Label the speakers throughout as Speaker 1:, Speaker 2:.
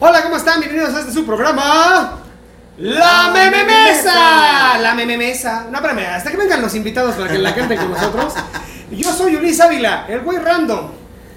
Speaker 1: Hola, ¿cómo están? Bienvenidos a este su programa. La meme mesa. La meme mesa. No, espérame, hasta que vengan los invitados para que la gente con nosotros. Yo soy Ulises Ávila, el güey random.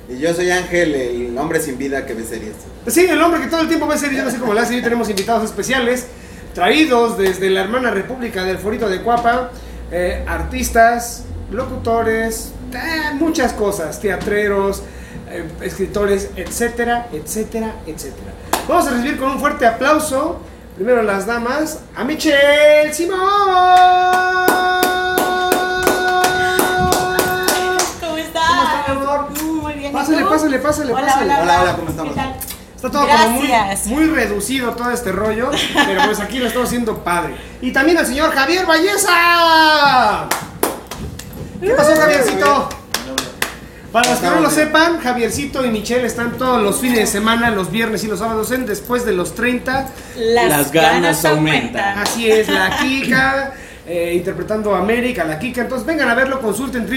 Speaker 2: Y yo soy Ángel, el hombre sin vida que ve series.
Speaker 1: Sí, el hombre que todo el tiempo ve series, yo no sé cómo le hace. Hoy tenemos invitados especiales, traídos desde la hermana república del Forito de Cuapa, eh, artistas, locutores, eh, muchas cosas, teatreros, eh, escritores, etcétera, etcétera, etcétera. Vamos a recibir con un fuerte aplauso, primero las damas, a Michelle Simón.
Speaker 3: ¿Cómo estás? Mm,
Speaker 1: ¿Cómo está, mi amor?
Speaker 3: Muy bien. ¿y
Speaker 1: Pásale,
Speaker 3: tú?
Speaker 1: pásale, pásale,
Speaker 3: Hola,
Speaker 1: pásale.
Speaker 3: hola,
Speaker 2: Hola, hola, ¿cómo estamos?
Speaker 3: ¿Qué tal?
Speaker 1: Está todo
Speaker 3: Gracias.
Speaker 1: como muy, muy reducido todo este rollo, pero pues aquí lo estamos haciendo padre. Y también al señor Javier Valleza. ¿Qué pasó, Javiercito? Para los que no lo sepan, Javiercito y Michelle están todos los fines de semana, los viernes y los sábados en Después de los 30.
Speaker 3: Las,
Speaker 4: Las ganas
Speaker 3: ganas aumentan.
Speaker 1: Así es, la Kika, eh, interpretando a América, la Kika. Entonces vengan a verlo, consulten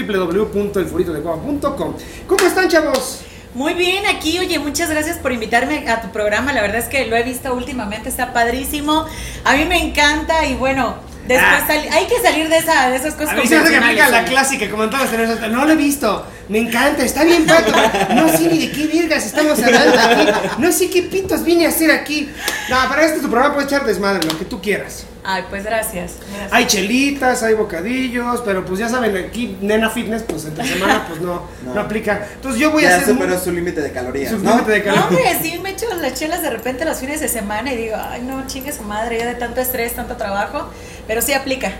Speaker 1: www.elfuritodecuava.com. ¿Cómo están, chavos?
Speaker 3: Muy bien, aquí, oye, muchas gracias por invitarme a tu programa. La verdad es que lo he visto últimamente, está padrísimo. A mí me encanta y bueno, después
Speaker 1: Ah.
Speaker 3: sali- hay que salir de, esa, de esas cosas
Speaker 1: A mí se me hace que aplica la
Speaker 3: Pues convencionales, oye.
Speaker 1: clásica, como en todas las telenovelas, No lo he visto, me encanta, está bien pato. No sé ni de qué virgas estamos hablando aquí. No sé qué pitos vine a hacer aquí. No, pero este es tu programa, puedes echar desmadre, lo que tú quieras.
Speaker 3: Ay, pues gracias. gracias.
Speaker 1: Hay chelitas, hay bocadillos, pero pues ya saben, aquí Nena Fitness, pues entre semana, pues no, no,
Speaker 2: No.
Speaker 1: aplica. Entonces yo voy a
Speaker 2: Ya
Speaker 1: hacer.
Speaker 2: superó
Speaker 1: un-
Speaker 2: su límite de calorías,
Speaker 1: su
Speaker 2: ¿no?
Speaker 1: límite de
Speaker 3: No,
Speaker 1: calor.
Speaker 3: hombre, sí me echo las chelas de repente los fines de semana y digo, ay, no, chingue su madre, ya de tanto estrés, tanto trabajo, pero sí aplica.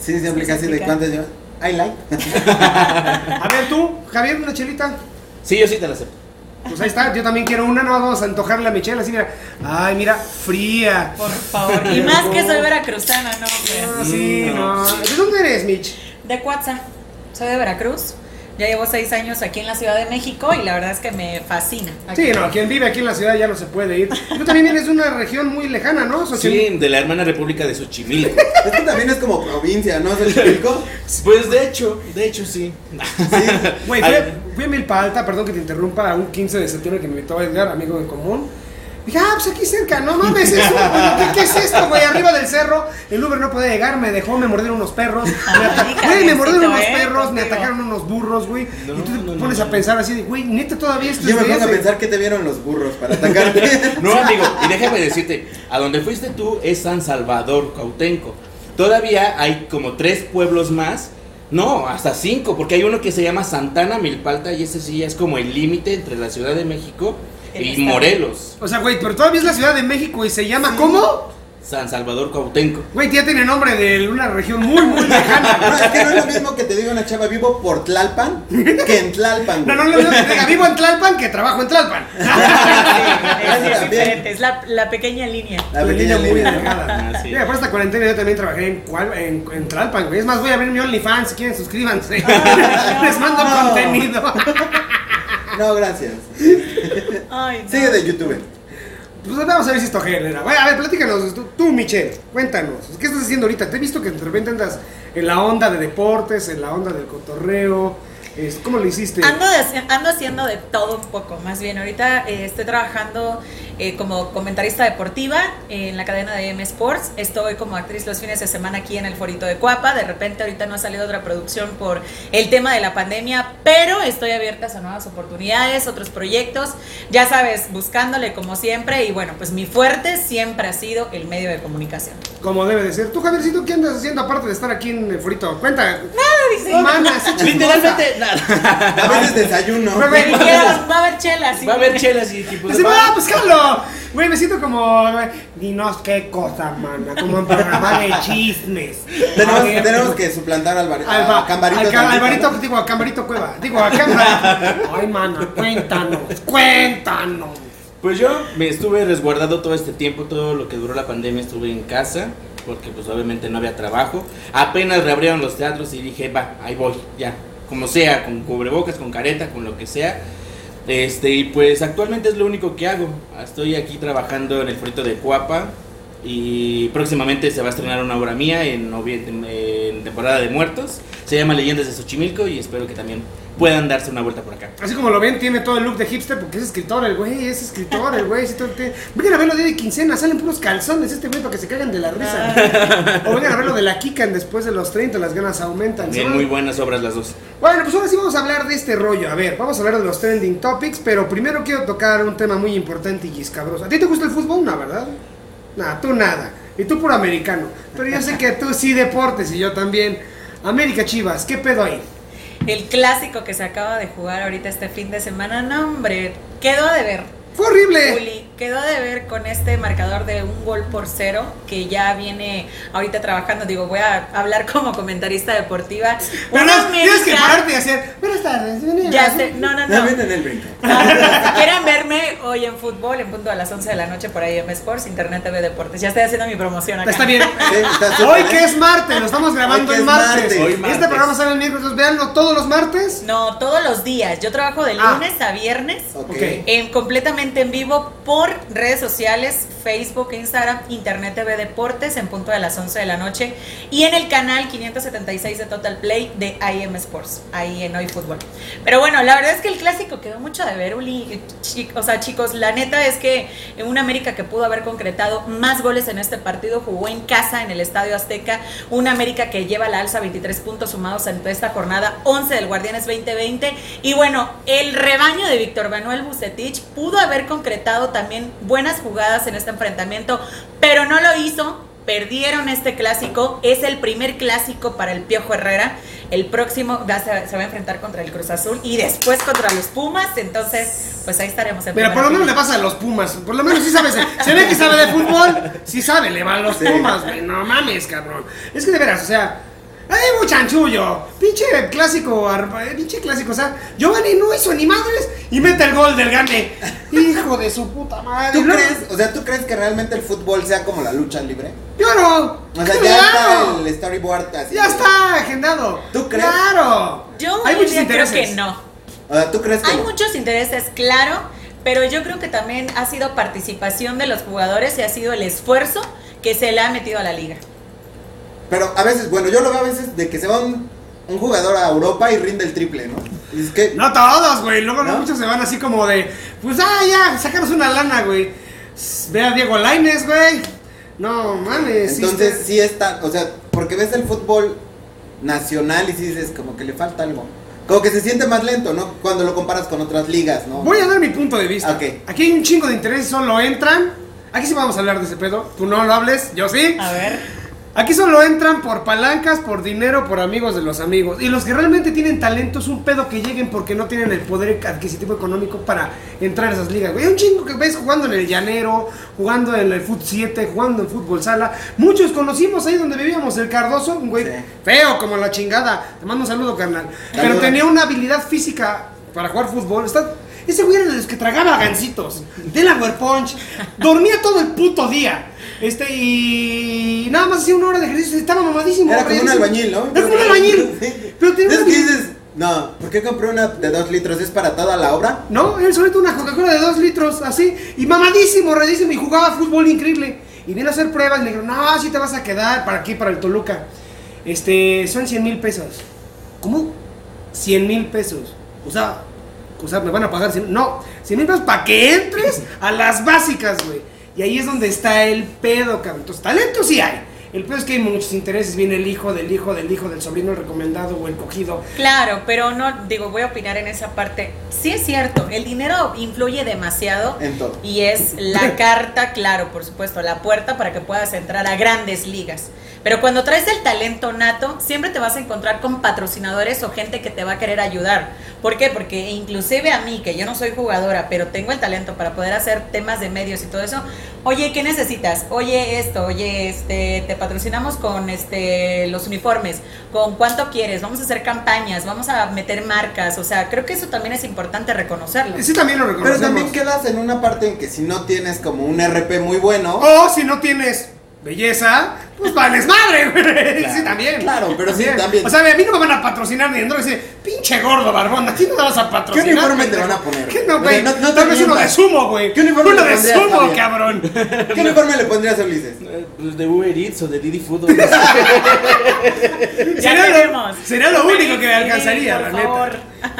Speaker 2: Sí, se aplica así de
Speaker 3: aplica.
Speaker 2: cuánto yo. I like.
Speaker 1: A ver tú, Javier, una chelita.
Speaker 4: Sí, yo sí te la acepto.
Speaker 1: Pues ahí está, yo también quiero una, no vamos a antojarle a Michelle, así mira. Ay, mira, fría.
Speaker 3: Por favor. Y más que soy veracruzana, no, hombre.
Speaker 1: Ah, sí,
Speaker 4: Mm,
Speaker 1: no.
Speaker 4: no.
Speaker 1: ¿De dónde eres, Mitch?
Speaker 3: De Cuatza. Soy de Veracruz. Ya llevo seis años aquí en la Ciudad de México y la verdad es que me fascina.
Speaker 1: Sí,
Speaker 3: Aquí.
Speaker 1: no, quien vive aquí en la ciudad ya no se puede ir. Tú también vienes de una región muy lejana, ¿no? Xochimilco.
Speaker 4: Pues Sí, de la hermana república de Xochimilco.
Speaker 2: Esto también es como provincia, ¿no? Xochimilco.
Speaker 4: Pues de hecho, de hecho sí.
Speaker 1: Güey, fui,
Speaker 4: Al-
Speaker 1: fui a Milpa Alta, perdón que te interrumpa, un 15 de septiembre que me invitó Edgar, amigo en común. Dije, ah, pues aquí cerca, no mames, es un- ¿qué, qué es esto, güey? Arriba del cerro, el Uber no podía llegar, me dejó, me mordieron unos perros. Me, ata-
Speaker 3: Ay,
Speaker 1: güey, me mordieron unos
Speaker 3: Javiercito, eh,
Speaker 1: perros, me
Speaker 3: contigo.
Speaker 1: atacaron unos burros, güey.
Speaker 4: No,
Speaker 1: y tú te
Speaker 4: no, no,
Speaker 1: pones a
Speaker 4: no.
Speaker 1: pensar así, de, güey, neta todavía esto
Speaker 2: Yo me
Speaker 1: de
Speaker 2: pongo a
Speaker 1: hace-
Speaker 2: pensar que te vieron los burros para atacarte.
Speaker 4: No, amigo, y déjame decirte, a donde fuiste tú es San Salvador, Cautenco. Todavía hay como tres pueblos más, no, hasta cinco, porque hay uno que se llama Santana Milpalta y ese sí ya es como el límite entre la Ciudad de México
Speaker 3: El
Speaker 4: y
Speaker 3: estado.
Speaker 4: Morelos.
Speaker 1: O sea, güey, pero todavía es la Ciudad de México y se llama, ¿cómo?
Speaker 4: San Salvador, Cautenco.
Speaker 1: Güey, ya tiene nombre de una región muy, muy lejana.
Speaker 2: No, es que no es lo mismo que te diga una chava vivo por Tlalpan que en Tlalpan.
Speaker 1: No,
Speaker 2: güey.
Speaker 1: no, no, no, que diga, vivo en Tlalpan que trabajo en Tlalpan.
Speaker 3: Es, es
Speaker 2: También.
Speaker 3: diferente, es la, la pequeña línea.
Speaker 2: La pequeña
Speaker 1: muy
Speaker 2: línea, ¿no?
Speaker 1: alejada.
Speaker 4: Ah, sí.
Speaker 1: Mira, por esta cuarentena yo también trabajé en, cual- en, en Tlalpan, güey. Es más, voy a abrir mi OnlyFans, si quieren suscríbanse. Les mando
Speaker 2: no.
Speaker 1: contenido. Pues,
Speaker 2: No, gracias.
Speaker 3: Ay, no.
Speaker 2: Sigue de YouTube.
Speaker 1: Pues vamos a ver si esto genera. Bueno, a ver, platícanos, tú, tú, Michelle, cuéntanos. ¿Qué estás haciendo ahorita? Te he visto que de repente andas en la onda de deportes, en la onda del cotorreo. Es- ¿Cómo lo hiciste?
Speaker 3: Ando, de- ando haciendo de todo un poco, más bien. Ahorita eh, estoy trabajando eh, como comentarista deportiva en la cadena de M Sports. Estoy como actriz los fines de semana aquí en el Forito de Cuapa. De repente ahorita no ha salido otra producción por el tema de la pandemia, pero estoy abierta a nuevas oportunidades, otros proyectos. Ya sabes, buscándole como siempre. Y bueno, pues mi fuerte siempre ha sido el medio de comunicación.
Speaker 1: Como debe de ser. Tú, Javiercito, ¿qué andas haciendo aparte de estar aquí en el Forito? Cuenta. Mana, sí, chismosa.
Speaker 4: Literalmente, nada.
Speaker 2: A veces desayuno.
Speaker 1: Güey, güey,
Speaker 3: Me dijeron, va a haber chelas. sí".
Speaker 4: va a haber chelas y equipos.
Speaker 1: Así, ¡ah, pues jalo! Güey, me siento como. güey, Dinos qué cosa, mana. Como en programa de chismes.
Speaker 2: Tenemos,
Speaker 1: A ver,
Speaker 2: tenemos que suplantar al bar,
Speaker 1: Al,
Speaker 2: a Cambarito.
Speaker 1: al,
Speaker 2: tantito,
Speaker 1: Alvarito,
Speaker 2: ¿no?
Speaker 1: digo, a Cambarito Cueva. Digo, a Cambarito. Ay, mana, cuéntanos, cuéntanos.
Speaker 4: Pues yo me estuve resguardado todo este tiempo, todo lo que duró la pandemia estuve en casa, porque pues obviamente no había trabajo. Apenas reabrieron los teatros y dije, va, ahí voy, ya, como sea, con cubrebocas, con careta, con lo que sea. Este, y pues actualmente es lo único que hago. Estoy aquí trabajando en el proyecto de Cuapa y próximamente se va a estrenar una obra mía en, novie- en- en temporada de muertos. Se llama Leyendas de Xochimilco y espero que también puedan darse una vuelta por acá.
Speaker 1: Así como lo ven, tiene todo el look de hipster porque es escritor, el güey, es escritor, el güey. sí, todo el te- Vengan a verlo día de quincena, salen puros calzones este güey para que se caigan de la risa. O vengan a verlo de la Kikan después de los 30, las ganas aumentan.
Speaker 4: Bien,
Speaker 1: ¿sí?
Speaker 4: muy buenas obras las dos.
Speaker 1: Bueno, pues ahora sí vamos a hablar de este rollo. A ver, vamos a hablar de los trending topics, pero primero quiero tocar un tema muy importante y escabroso. ¿A ti te gusta el fútbol? No, ¿verdad? Nada, tú nada. Y tú por americano. Pero yo sé que tú sí deportes y yo también. América Chivas, ¿qué pedo ahí?
Speaker 3: El clásico que se acaba de jugar ahorita este fin de semana, no hombre, quedó de ver.
Speaker 1: ¡Fue horrible!
Speaker 3: Juli, quedó de ver con este marcador de un gol por cero que ya viene ahorita trabajando. Digo, voy a hablar como comentarista deportiva.
Speaker 1: Pero no,
Speaker 3: Una
Speaker 1: tienes que
Speaker 3: América-
Speaker 1: pararte y hacer. Buenas tardes, bienvenido".
Speaker 3: Ya sé, no, no,
Speaker 2: Ya
Speaker 3: no.
Speaker 2: vienen el brinco.
Speaker 3: Si quieren verme hoy en fútbol, en punto a las 11 de la noche por ahí en Sports, Internet TV Deportes. Ya estoy haciendo mi promoción acá.
Speaker 1: Está bien.
Speaker 2: Sí, está súper
Speaker 1: Hoy
Speaker 2: bien.
Speaker 1: que es martes, lo estamos grabando
Speaker 2: Hoy que
Speaker 1: el
Speaker 2: es
Speaker 1: martes.
Speaker 2: martes.
Speaker 4: Hoy
Speaker 1: Este
Speaker 4: martes.
Speaker 1: programa sale el miércoles, entonces véanlo todos los martes.
Speaker 3: No, todos los días. Yo trabajo de
Speaker 1: Ah.
Speaker 3: lunes a viernes.
Speaker 2: Ok.
Speaker 1: Ok.
Speaker 3: en- completamente en vivo por redes sociales, Facebook, Instagram, Internet TV Deportes, en punto de las 11 de la noche, y en el canal 576 de Total Play de IM Sports, ahí en Hoy Fútbol. Pero bueno, la verdad es que el clásico quedó mucho de ver, Uli. Chi- O sea, chicos, la neta es que en una América que pudo haber concretado más goles en este partido, jugó en casa en el Estadio Azteca, una América que lleva la alza 23 puntos sumados ante esta jornada 11 del Guardianes 2020, y bueno, el rebaño de Víctor Manuel Bucetich pudo haber concretado también buenas jugadas en este enfrentamiento, pero no lo hizo. Perdieron este clásico. Es el primer clásico para el Piojo Herrera. El próximo va- se, se va a enfrentar contra el Cruz Azul y después contra los Pumas. Entonces, pues ahí estaremos. en
Speaker 1: Mira, por
Speaker 3: primera
Speaker 1: lo menos le
Speaker 3: fila.
Speaker 1: pasa a los Pumas. Por lo menos sí sabe. Se, se ve que sabe de fútbol. Sí sabe, le va a los Pumas, güey. No mames, cabrón. Es que de veras, o sea. ¡Ay, muchanchullo! Pinche clásico, arpa- eh, pinche clásico. O sea, Giovanni no hizo ni madres y mete el gol del Gane. Hijo de su puta madre.
Speaker 2: ¿Tú
Speaker 1: No,
Speaker 2: crees, o sea, ¿tú crees que realmente el fútbol sea como la lucha libre?
Speaker 1: Yo no.
Speaker 2: O sea, ya
Speaker 1: ¡Claro!
Speaker 2: está el storyboard así.
Speaker 1: Ya está agendado.
Speaker 2: ¿Tú crees?
Speaker 1: ¡Claro!
Speaker 3: Yo
Speaker 1: Hay
Speaker 3: hoy en
Speaker 1: muchos
Speaker 3: día creo
Speaker 1: intereses.
Speaker 3: que no.
Speaker 2: O sea, ¿tú crees que
Speaker 3: Hay
Speaker 2: no?
Speaker 3: muchos intereses, claro, pero yo creo que también ha sido participación de los jugadores y ha sido el esfuerzo que se le ha metido a la liga.
Speaker 2: Pero a veces, bueno, yo lo veo a veces de que se va un, un jugador a Europa y rinde el triple, ¿no? Y es que
Speaker 1: No todos, güey. Luego
Speaker 2: ¿No?
Speaker 1: muchos se van así como de, pues ah, ya, sacaros una lana, güey. S- Ve a Diego Laines, güey. No mames. sí
Speaker 2: entonces
Speaker 1: está-
Speaker 2: sí está, o sea, porque ves el fútbol nacional y sí dices como que le falta algo. Como que se siente más lento, ¿no? Cuando lo comparas con otras ligas, ¿no?
Speaker 1: Voy a dar mi punto de vista.
Speaker 2: Ok.
Speaker 1: Aquí hay un chingo de interés, solo entran. Aquí sí vamos a hablar de ese pedo. Tú no lo hables, yo sí.
Speaker 3: A ver.
Speaker 1: Aquí solo entran por palancas, por dinero, por amigos de los amigos. Y los que realmente tienen talento es un pedo que lleguen porque no tienen el poder adquisitivo económico para entrar a esas ligas. Güey, un chingo que ves jugando en el Llanero, jugando en el Fut 7, jugando en Fútbol Sala. Muchos conocimos ahí donde vivíamos, el Cardoso, un güey
Speaker 2: Sí.
Speaker 1: feo como la chingada. Te mando un saludo, carnal. Pero
Speaker 2: Saludos.
Speaker 1: tenía una habilidad física para jugar fútbol. Está- Ese güey era de los que tragaba gancitos. Delaware Punch. Dormía todo el puto día. Este, y nada más hacía una hora de ejercicio. Estaba mamadísimo.
Speaker 2: Era como un
Speaker 1: mamadísimo.
Speaker 2: albañil, ¿no?
Speaker 1: Era como un albañil.
Speaker 2: Sí.
Speaker 1: Pero tenía una
Speaker 2: Entonces ¿qué
Speaker 1: habilidad-
Speaker 2: dices, no, ¿por qué compré una de dos litros? ¿Es para toda la obra?
Speaker 1: No, él solito una Coca-Cola de dos litros, así, y mamadísimo, redísimo, y jugaba fútbol increíble. Y vino a hacer pruebas, y le dijeron, no, si te vas a quedar para aquí, para el Toluca. Este, son 100 mil pesos. ¿Cómo? 100 mil pesos. O sea, o sea, me van a pagar 100 No, 100 mil pesos para que entres a las básicas, güey. Y ahí es donde está el pedo, cabrón. Entonces, talento sí hay. El pedo es que hay muchos intereses. Viene el hijo del hijo del hijo del sobrino el recomendado o el cogido.
Speaker 3: Claro, pero no, digo, voy a opinar en esa parte. Sí es cierto, el dinero influye demasiado
Speaker 2: En todo.
Speaker 3: y es la carta, claro, por supuesto, la puerta para que puedas entrar a grandes ligas. Pero cuando traes el talento nato, siempre te vas a encontrar con patrocinadores o gente que te va a querer ayudar. ¿Por qué? Porque inclusive a mí, que yo no soy jugadora, pero tengo el talento para poder hacer temas de medios y todo eso, oye, ¿qué necesitas? Oye, esto, oye, este, te patrocinamos con este los uniformes, con cuánto quieres, vamos a hacer campañas, vamos a meter marcas, o sea, creo que eso también es importante reconocerlo.
Speaker 1: Sí, también lo reconocemos. Oh,
Speaker 2: Pero también quedas en una parte en que si no tienes como un RP muy bueno,
Speaker 1: O si no tienes belleza, pues vales madre, güey. Sí,
Speaker 4: Claro.
Speaker 1: también.
Speaker 2: Claro, pero sí, también.
Speaker 1: O sea, a mí no me van a patrocinar ni dentro decir, pinche gordo barbón, aquí no te vas a patrocinar.
Speaker 2: uniforme te
Speaker 1: pendejo?
Speaker 2: van a poner?
Speaker 1: ¿Qué no,
Speaker 2: Mira,
Speaker 1: güey?
Speaker 2: no- no te
Speaker 1: Tal vez uno de
Speaker 2: mientas.
Speaker 1: sumo, güey.
Speaker 2: ¿Qué uniforme
Speaker 1: Uno
Speaker 2: te
Speaker 1: de
Speaker 2: pondrías,
Speaker 1: sumo,
Speaker 2: Javier?
Speaker 1: cabrón.
Speaker 2: ¿Qué uniforme le pondrías a Ulises?
Speaker 4: Eh, pues, de Uber Eats o de Didi Food. o no sé.
Speaker 1: Sería lo-
Speaker 3: veremos.
Speaker 1: Sería lo único que
Speaker 3: Sí,
Speaker 1: alcanzaría,
Speaker 3: por
Speaker 1: la neta.
Speaker 3: favor.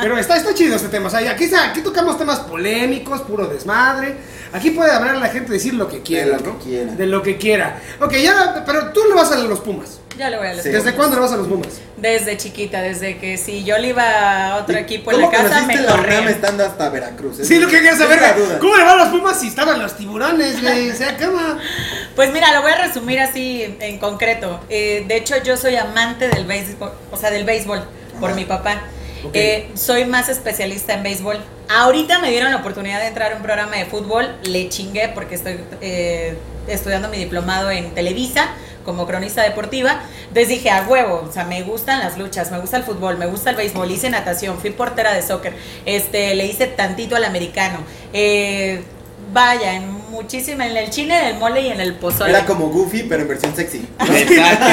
Speaker 1: Pero está, está chido este tema. O sea, y aquí, está- aquí tocamos temas polémicos, puro desmadre. Aquí puede hablar la gente, decir lo que quiera,
Speaker 2: lo que
Speaker 1: ¿no?
Speaker 2: quiera.
Speaker 1: De lo que quiera. Ok, ya, pero tú le vas a los Pumas.
Speaker 3: Ya le voy a los
Speaker 2: Sí.
Speaker 3: Pumas.
Speaker 1: ¿Desde cuándo le vas a los Pumas?
Speaker 3: Desde chiquita, desde que si yo le iba a otro equipo en
Speaker 2: ¿Cómo
Speaker 3: la casa,
Speaker 2: conociste
Speaker 3: me
Speaker 2: la UNAM
Speaker 3: corrían.
Speaker 2: estando hasta Veracruz? Es-
Speaker 1: Sí, lo que quería
Speaker 2: es
Speaker 1: saber,
Speaker 2: la
Speaker 1: güey,
Speaker 2: duda.
Speaker 1: ¿cómo le van a los Pumas si estaban los tiburones, güey? O sea, ¿cómo?
Speaker 3: Pues mira, lo voy a resumir así en concreto. Eh, de hecho, yo soy amante del béisbol, o sea, del béisbol, por
Speaker 2: Ajá.
Speaker 3: mi papá.
Speaker 1: Ok.
Speaker 3: Eh, soy más especialista en béisbol. Ahorita me dieron la oportunidad de entrar a un programa de fútbol, le chingué porque estoy eh, estudiando mi diplomado en Televisa como cronista deportiva. Entonces dije, a huevo, o sea, me gustan las luchas, me gusta el fútbol, me gusta el béisbol, hice natación, fui portera de soccer, este, le hice tantito al americano. Eh, vaya, en muchísima, en el chile, en el mole y en el pozole.
Speaker 2: Era como Goofy, pero en versión sexy.
Speaker 4: Exacto.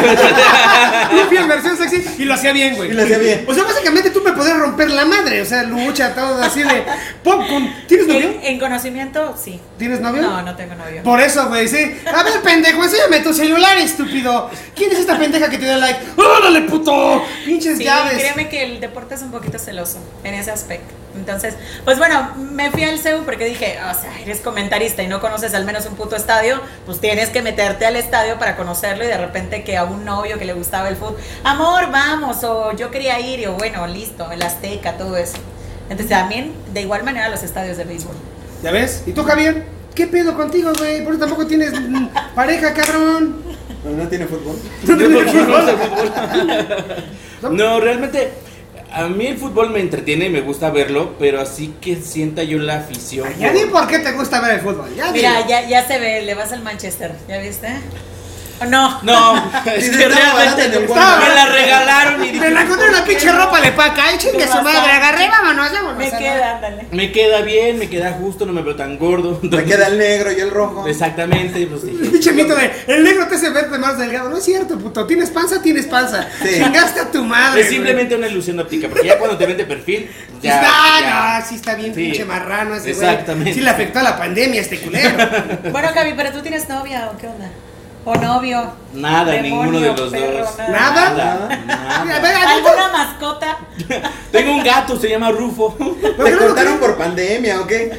Speaker 1: Yo fui en versión sexy y lo hacía bien, güey.
Speaker 2: Y lo hacía bien.
Speaker 1: O sea, básicamente tú me podías romper la madre. O sea, lucha, todo así de. Popcorn. ¿Tienes novio?
Speaker 3: en, en conocimiento, sí.
Speaker 1: ¿Tienes novio?
Speaker 3: Eh, No, no tengo novio.
Speaker 1: Por eso, güey, sí. A ver, pendejo, enséñame tu celular, estúpido. ¿Quién es esta pendeja que te dio like? ¡Órale, puto! Pinches
Speaker 3: Sí,
Speaker 1: llaves.
Speaker 3: créeme que el deporte es un poquito celoso en ese aspecto. Entonces, pues bueno, me fui al CEU porque dije, "Ah, o sea, eres comentarista y no conoces al menos un puto estadio, pues tienes que meterte al estadio para conocerlo y de repente que a un novio que le gustaba el fútbol, amor, vamos, o yo quería ir, y yo, bueno, listo, el Azteca, todo eso. Entonces también, de igual manera, los estadios de béisbol.
Speaker 1: ¿Ya ves? ¿Y tú, Javier? ¿Qué pedo contigo, güey? Por eso tampoco tienes mm, pareja, cabrón.
Speaker 2: No, no tiene fútbol.
Speaker 1: No tienes fútbol.
Speaker 4: No, realmente a mí el fútbol me entretiene y me gusta verlo, pero así que sienta yo la afición.
Speaker 1: Ay, Ya di por qué te gusta ver el fútbol. Ya di.
Speaker 3: Ah, Mira, ya, ya se ve, le vas al Manchester, ¿ya viste? ¿O no?
Speaker 4: No, es
Speaker 2: Dice,
Speaker 4: que
Speaker 2: "Estaba barata en
Speaker 4: realmente
Speaker 2: el
Speaker 4: me
Speaker 2: Walmart".
Speaker 4: la regalaron y
Speaker 1: Me
Speaker 4: dije,
Speaker 1: la encontré en una pinche ropa le paca. ¡Ay, chingue su madre! Agarré, vámonos, vámonos.
Speaker 3: Me
Speaker 1: a la-
Speaker 3: queda, ándale.
Speaker 4: me queda bien, me queda justo, no me veo tan gordo.
Speaker 2: Te queda el negro y el rojo.
Speaker 4: Exactamente, pues
Speaker 1: El
Speaker 4: dije.
Speaker 1: pinche mito de el negro te hace verte más delgado. No es cierto, puto. Tienes panza, tienes panza.
Speaker 2: Sí.
Speaker 1: Chingaste a tu madre.
Speaker 4: Es simplemente una ilusión óptica, porque ya cuando te ven de perfil,
Speaker 1: Ya,
Speaker 4: ya.
Speaker 1: está,
Speaker 4: ya.
Speaker 1: no, sí está bien
Speaker 4: Sí.
Speaker 1: pinche marrano ese güey.
Speaker 4: Exactamente.
Speaker 1: Sí le afectó a la pandemia este culero.
Speaker 3: Bueno, Gaby, pero tú tienes novia o qué onda? ¿O novio?
Speaker 4: Nada,
Speaker 3: Demonio,
Speaker 4: ninguno de los
Speaker 3: perro,
Speaker 4: dos.
Speaker 3: nada.
Speaker 1: ¿Nada?
Speaker 4: Nada,
Speaker 1: Mira,
Speaker 4: nada.
Speaker 1: ver, a ver,
Speaker 3: ¿Alguna mascota?
Speaker 4: Tengo un gato, se llama Rufo.
Speaker 1: Lo
Speaker 2: ¿Te
Speaker 1: que no lo
Speaker 2: cortaron
Speaker 1: creo-
Speaker 2: por pandemia o qué?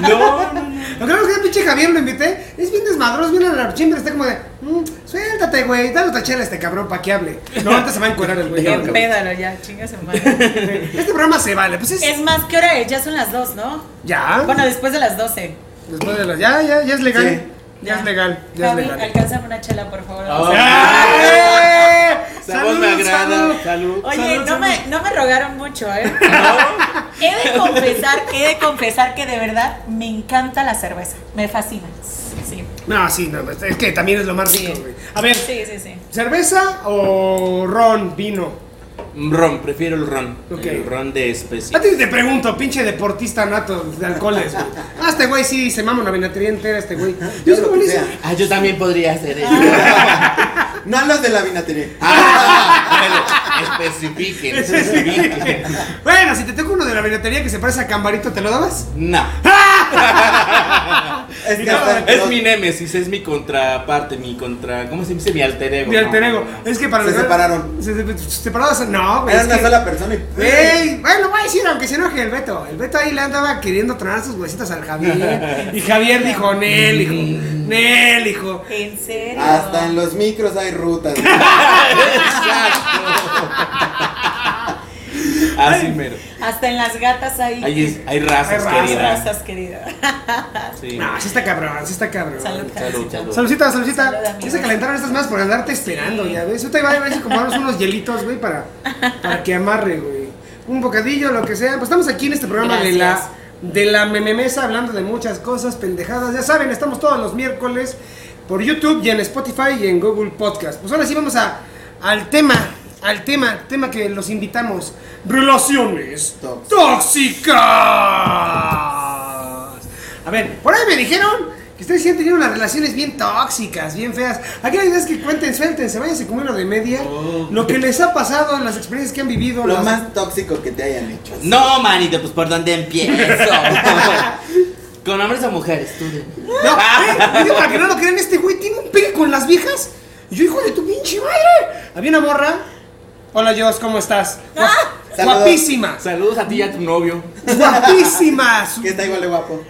Speaker 4: No, no, no.
Speaker 1: lo que no lo creo, pinche Javier lo invité. Es bien desmadroso, bien la siempre está como de, "Mm, suéltate, güey, dale otra chela a este cabrón para que hable. No, antes se va a encuadrar el güey. ya, cabrón.
Speaker 3: Empédalo ya, chinga su madre.
Speaker 1: Este programa se vale, pues es,
Speaker 3: Es más, ¿qué hora es? Ya son las dos, ¿no?
Speaker 1: ya.
Speaker 3: Bueno, después de las 12.
Speaker 1: Después de las. Ya, ya, ya es legal.
Speaker 2: Sí.
Speaker 1: Ya, es legal. Ya
Speaker 3: Gaby,
Speaker 1: es legal.
Speaker 3: alcánzame una chela, por favor.
Speaker 4: Ah,
Speaker 1: ¡Ah!
Speaker 4: Esa voz me
Speaker 1: Salud,
Speaker 4: agrada.
Speaker 1: salud.
Speaker 4: Salud.
Speaker 3: Oye,
Speaker 1: salud,
Speaker 3: no, Me, no me rogaron mucho, ¿eh? He de confesar, he de confesar que de verdad me encanta la cerveza. Me fascina. Sí.
Speaker 1: No, sí, no, pues, es que también es lo más rico,
Speaker 3: Sí.
Speaker 1: güey. A ver,
Speaker 3: Sí, sí, sí.
Speaker 1: ¿cerveza o ron, vino?
Speaker 4: Ron, prefiero el ron.
Speaker 1: Ok.
Speaker 4: El ron de especie.
Speaker 1: A ti te pregunto, pinche deportista nato de alcoholes, güey. Ah, este güey sí se mama una vinatería entera, este güey. Yo
Speaker 2: Yo
Speaker 1: es
Speaker 2: lo
Speaker 1: como
Speaker 2: que
Speaker 1: le hice.
Speaker 2: sea.
Speaker 4: Ah, yo también podría hacer eso.
Speaker 2: No los de la vinatería.
Speaker 4: Ah, bueno, especifiquen, especifiquen.
Speaker 1: Bueno, si te tengo uno de la vinatería que se parece a Cambarito, ¿te lo dabas?
Speaker 4: No.
Speaker 2: Es que hasta
Speaker 4: Es
Speaker 2: los-
Speaker 4: mi némesis, es mi contraparte, mi contra. ¿Cómo se dice? Mi alter ego.
Speaker 1: Mi alter ego.
Speaker 4: No, no.
Speaker 1: Es que para
Speaker 2: Se
Speaker 1: los-
Speaker 2: separaron.
Speaker 1: Se se- se separaron. No, güey.
Speaker 2: Era
Speaker 1: es
Speaker 2: una
Speaker 1: que-
Speaker 2: sola persona y.
Speaker 1: Ey, bueno, voy a decir, aunque se enoje el Beto. El Beto ahí le andaba queriendo tronar sus huesitas al Javier. Y Javier dijo, Nel, hijo. Nel, hijo.
Speaker 3: En serio.
Speaker 2: Hasta en los micros hay rutas.
Speaker 4: Así Ah, mero.
Speaker 3: Hasta en las gatas ahí.
Speaker 4: Ahí es- hay razas,
Speaker 1: Hay razas.
Speaker 4: queridas.
Speaker 3: Gracias, querida.
Speaker 4: Sí.
Speaker 1: No, sí está cabrón, sí está cabrón.
Speaker 3: Salud,
Speaker 4: Salud,
Speaker 3: Jalecito.
Speaker 4: salud.
Speaker 1: Saludcita,
Speaker 3: Salud,
Speaker 1: saludcita.
Speaker 3: amigo.
Speaker 1: Sí se calentaron estas más por andarte esperando, ya ves. Yo te iba a ver si compramos unos hielitos, güey, para, para que amarre, güey. Un bocadillo, lo que sea. Pues estamos aquí en este programa de la
Speaker 3: Gracias.
Speaker 1: de la mememesa hablando de muchas cosas, pendejadas. Ya saben, estamos todos los miércoles por YouTube y en Spotify y en Google Podcast. Pues ahora sí vamos a al tema, al tema, tema que los invitamos. Relaciones
Speaker 2: Tóxicas.
Speaker 1: tóxicas. A ver, por ahí me dijeron Que ustedes sí han tenido unas relaciones bien tóxicas, bien feas. Aquí la idea es que cuenten, suelten, se vayan se comer lo de media.
Speaker 4: Oh.
Speaker 1: Lo que les ha pasado, las experiencias que han vivido.
Speaker 2: Lo
Speaker 1: las-
Speaker 2: más tóxico que te hayan hecho.
Speaker 4: No, manito, pues por dónde empiezo. Con hombres o mujeres, tú dime.
Speaker 1: No, ¿eh? Digo, para que no lo crean, este güey tiene un pegue con las viejas. Y yo, hijo de tu pinche madre. Había una morra. Hola, Jos, ¿cómo estás? Guap-
Speaker 2: Saludos.
Speaker 1: Guapísima.
Speaker 4: Saludos a ti y a tu novio.
Speaker 1: Guapísima. Su-
Speaker 2: Que está igual de guapo.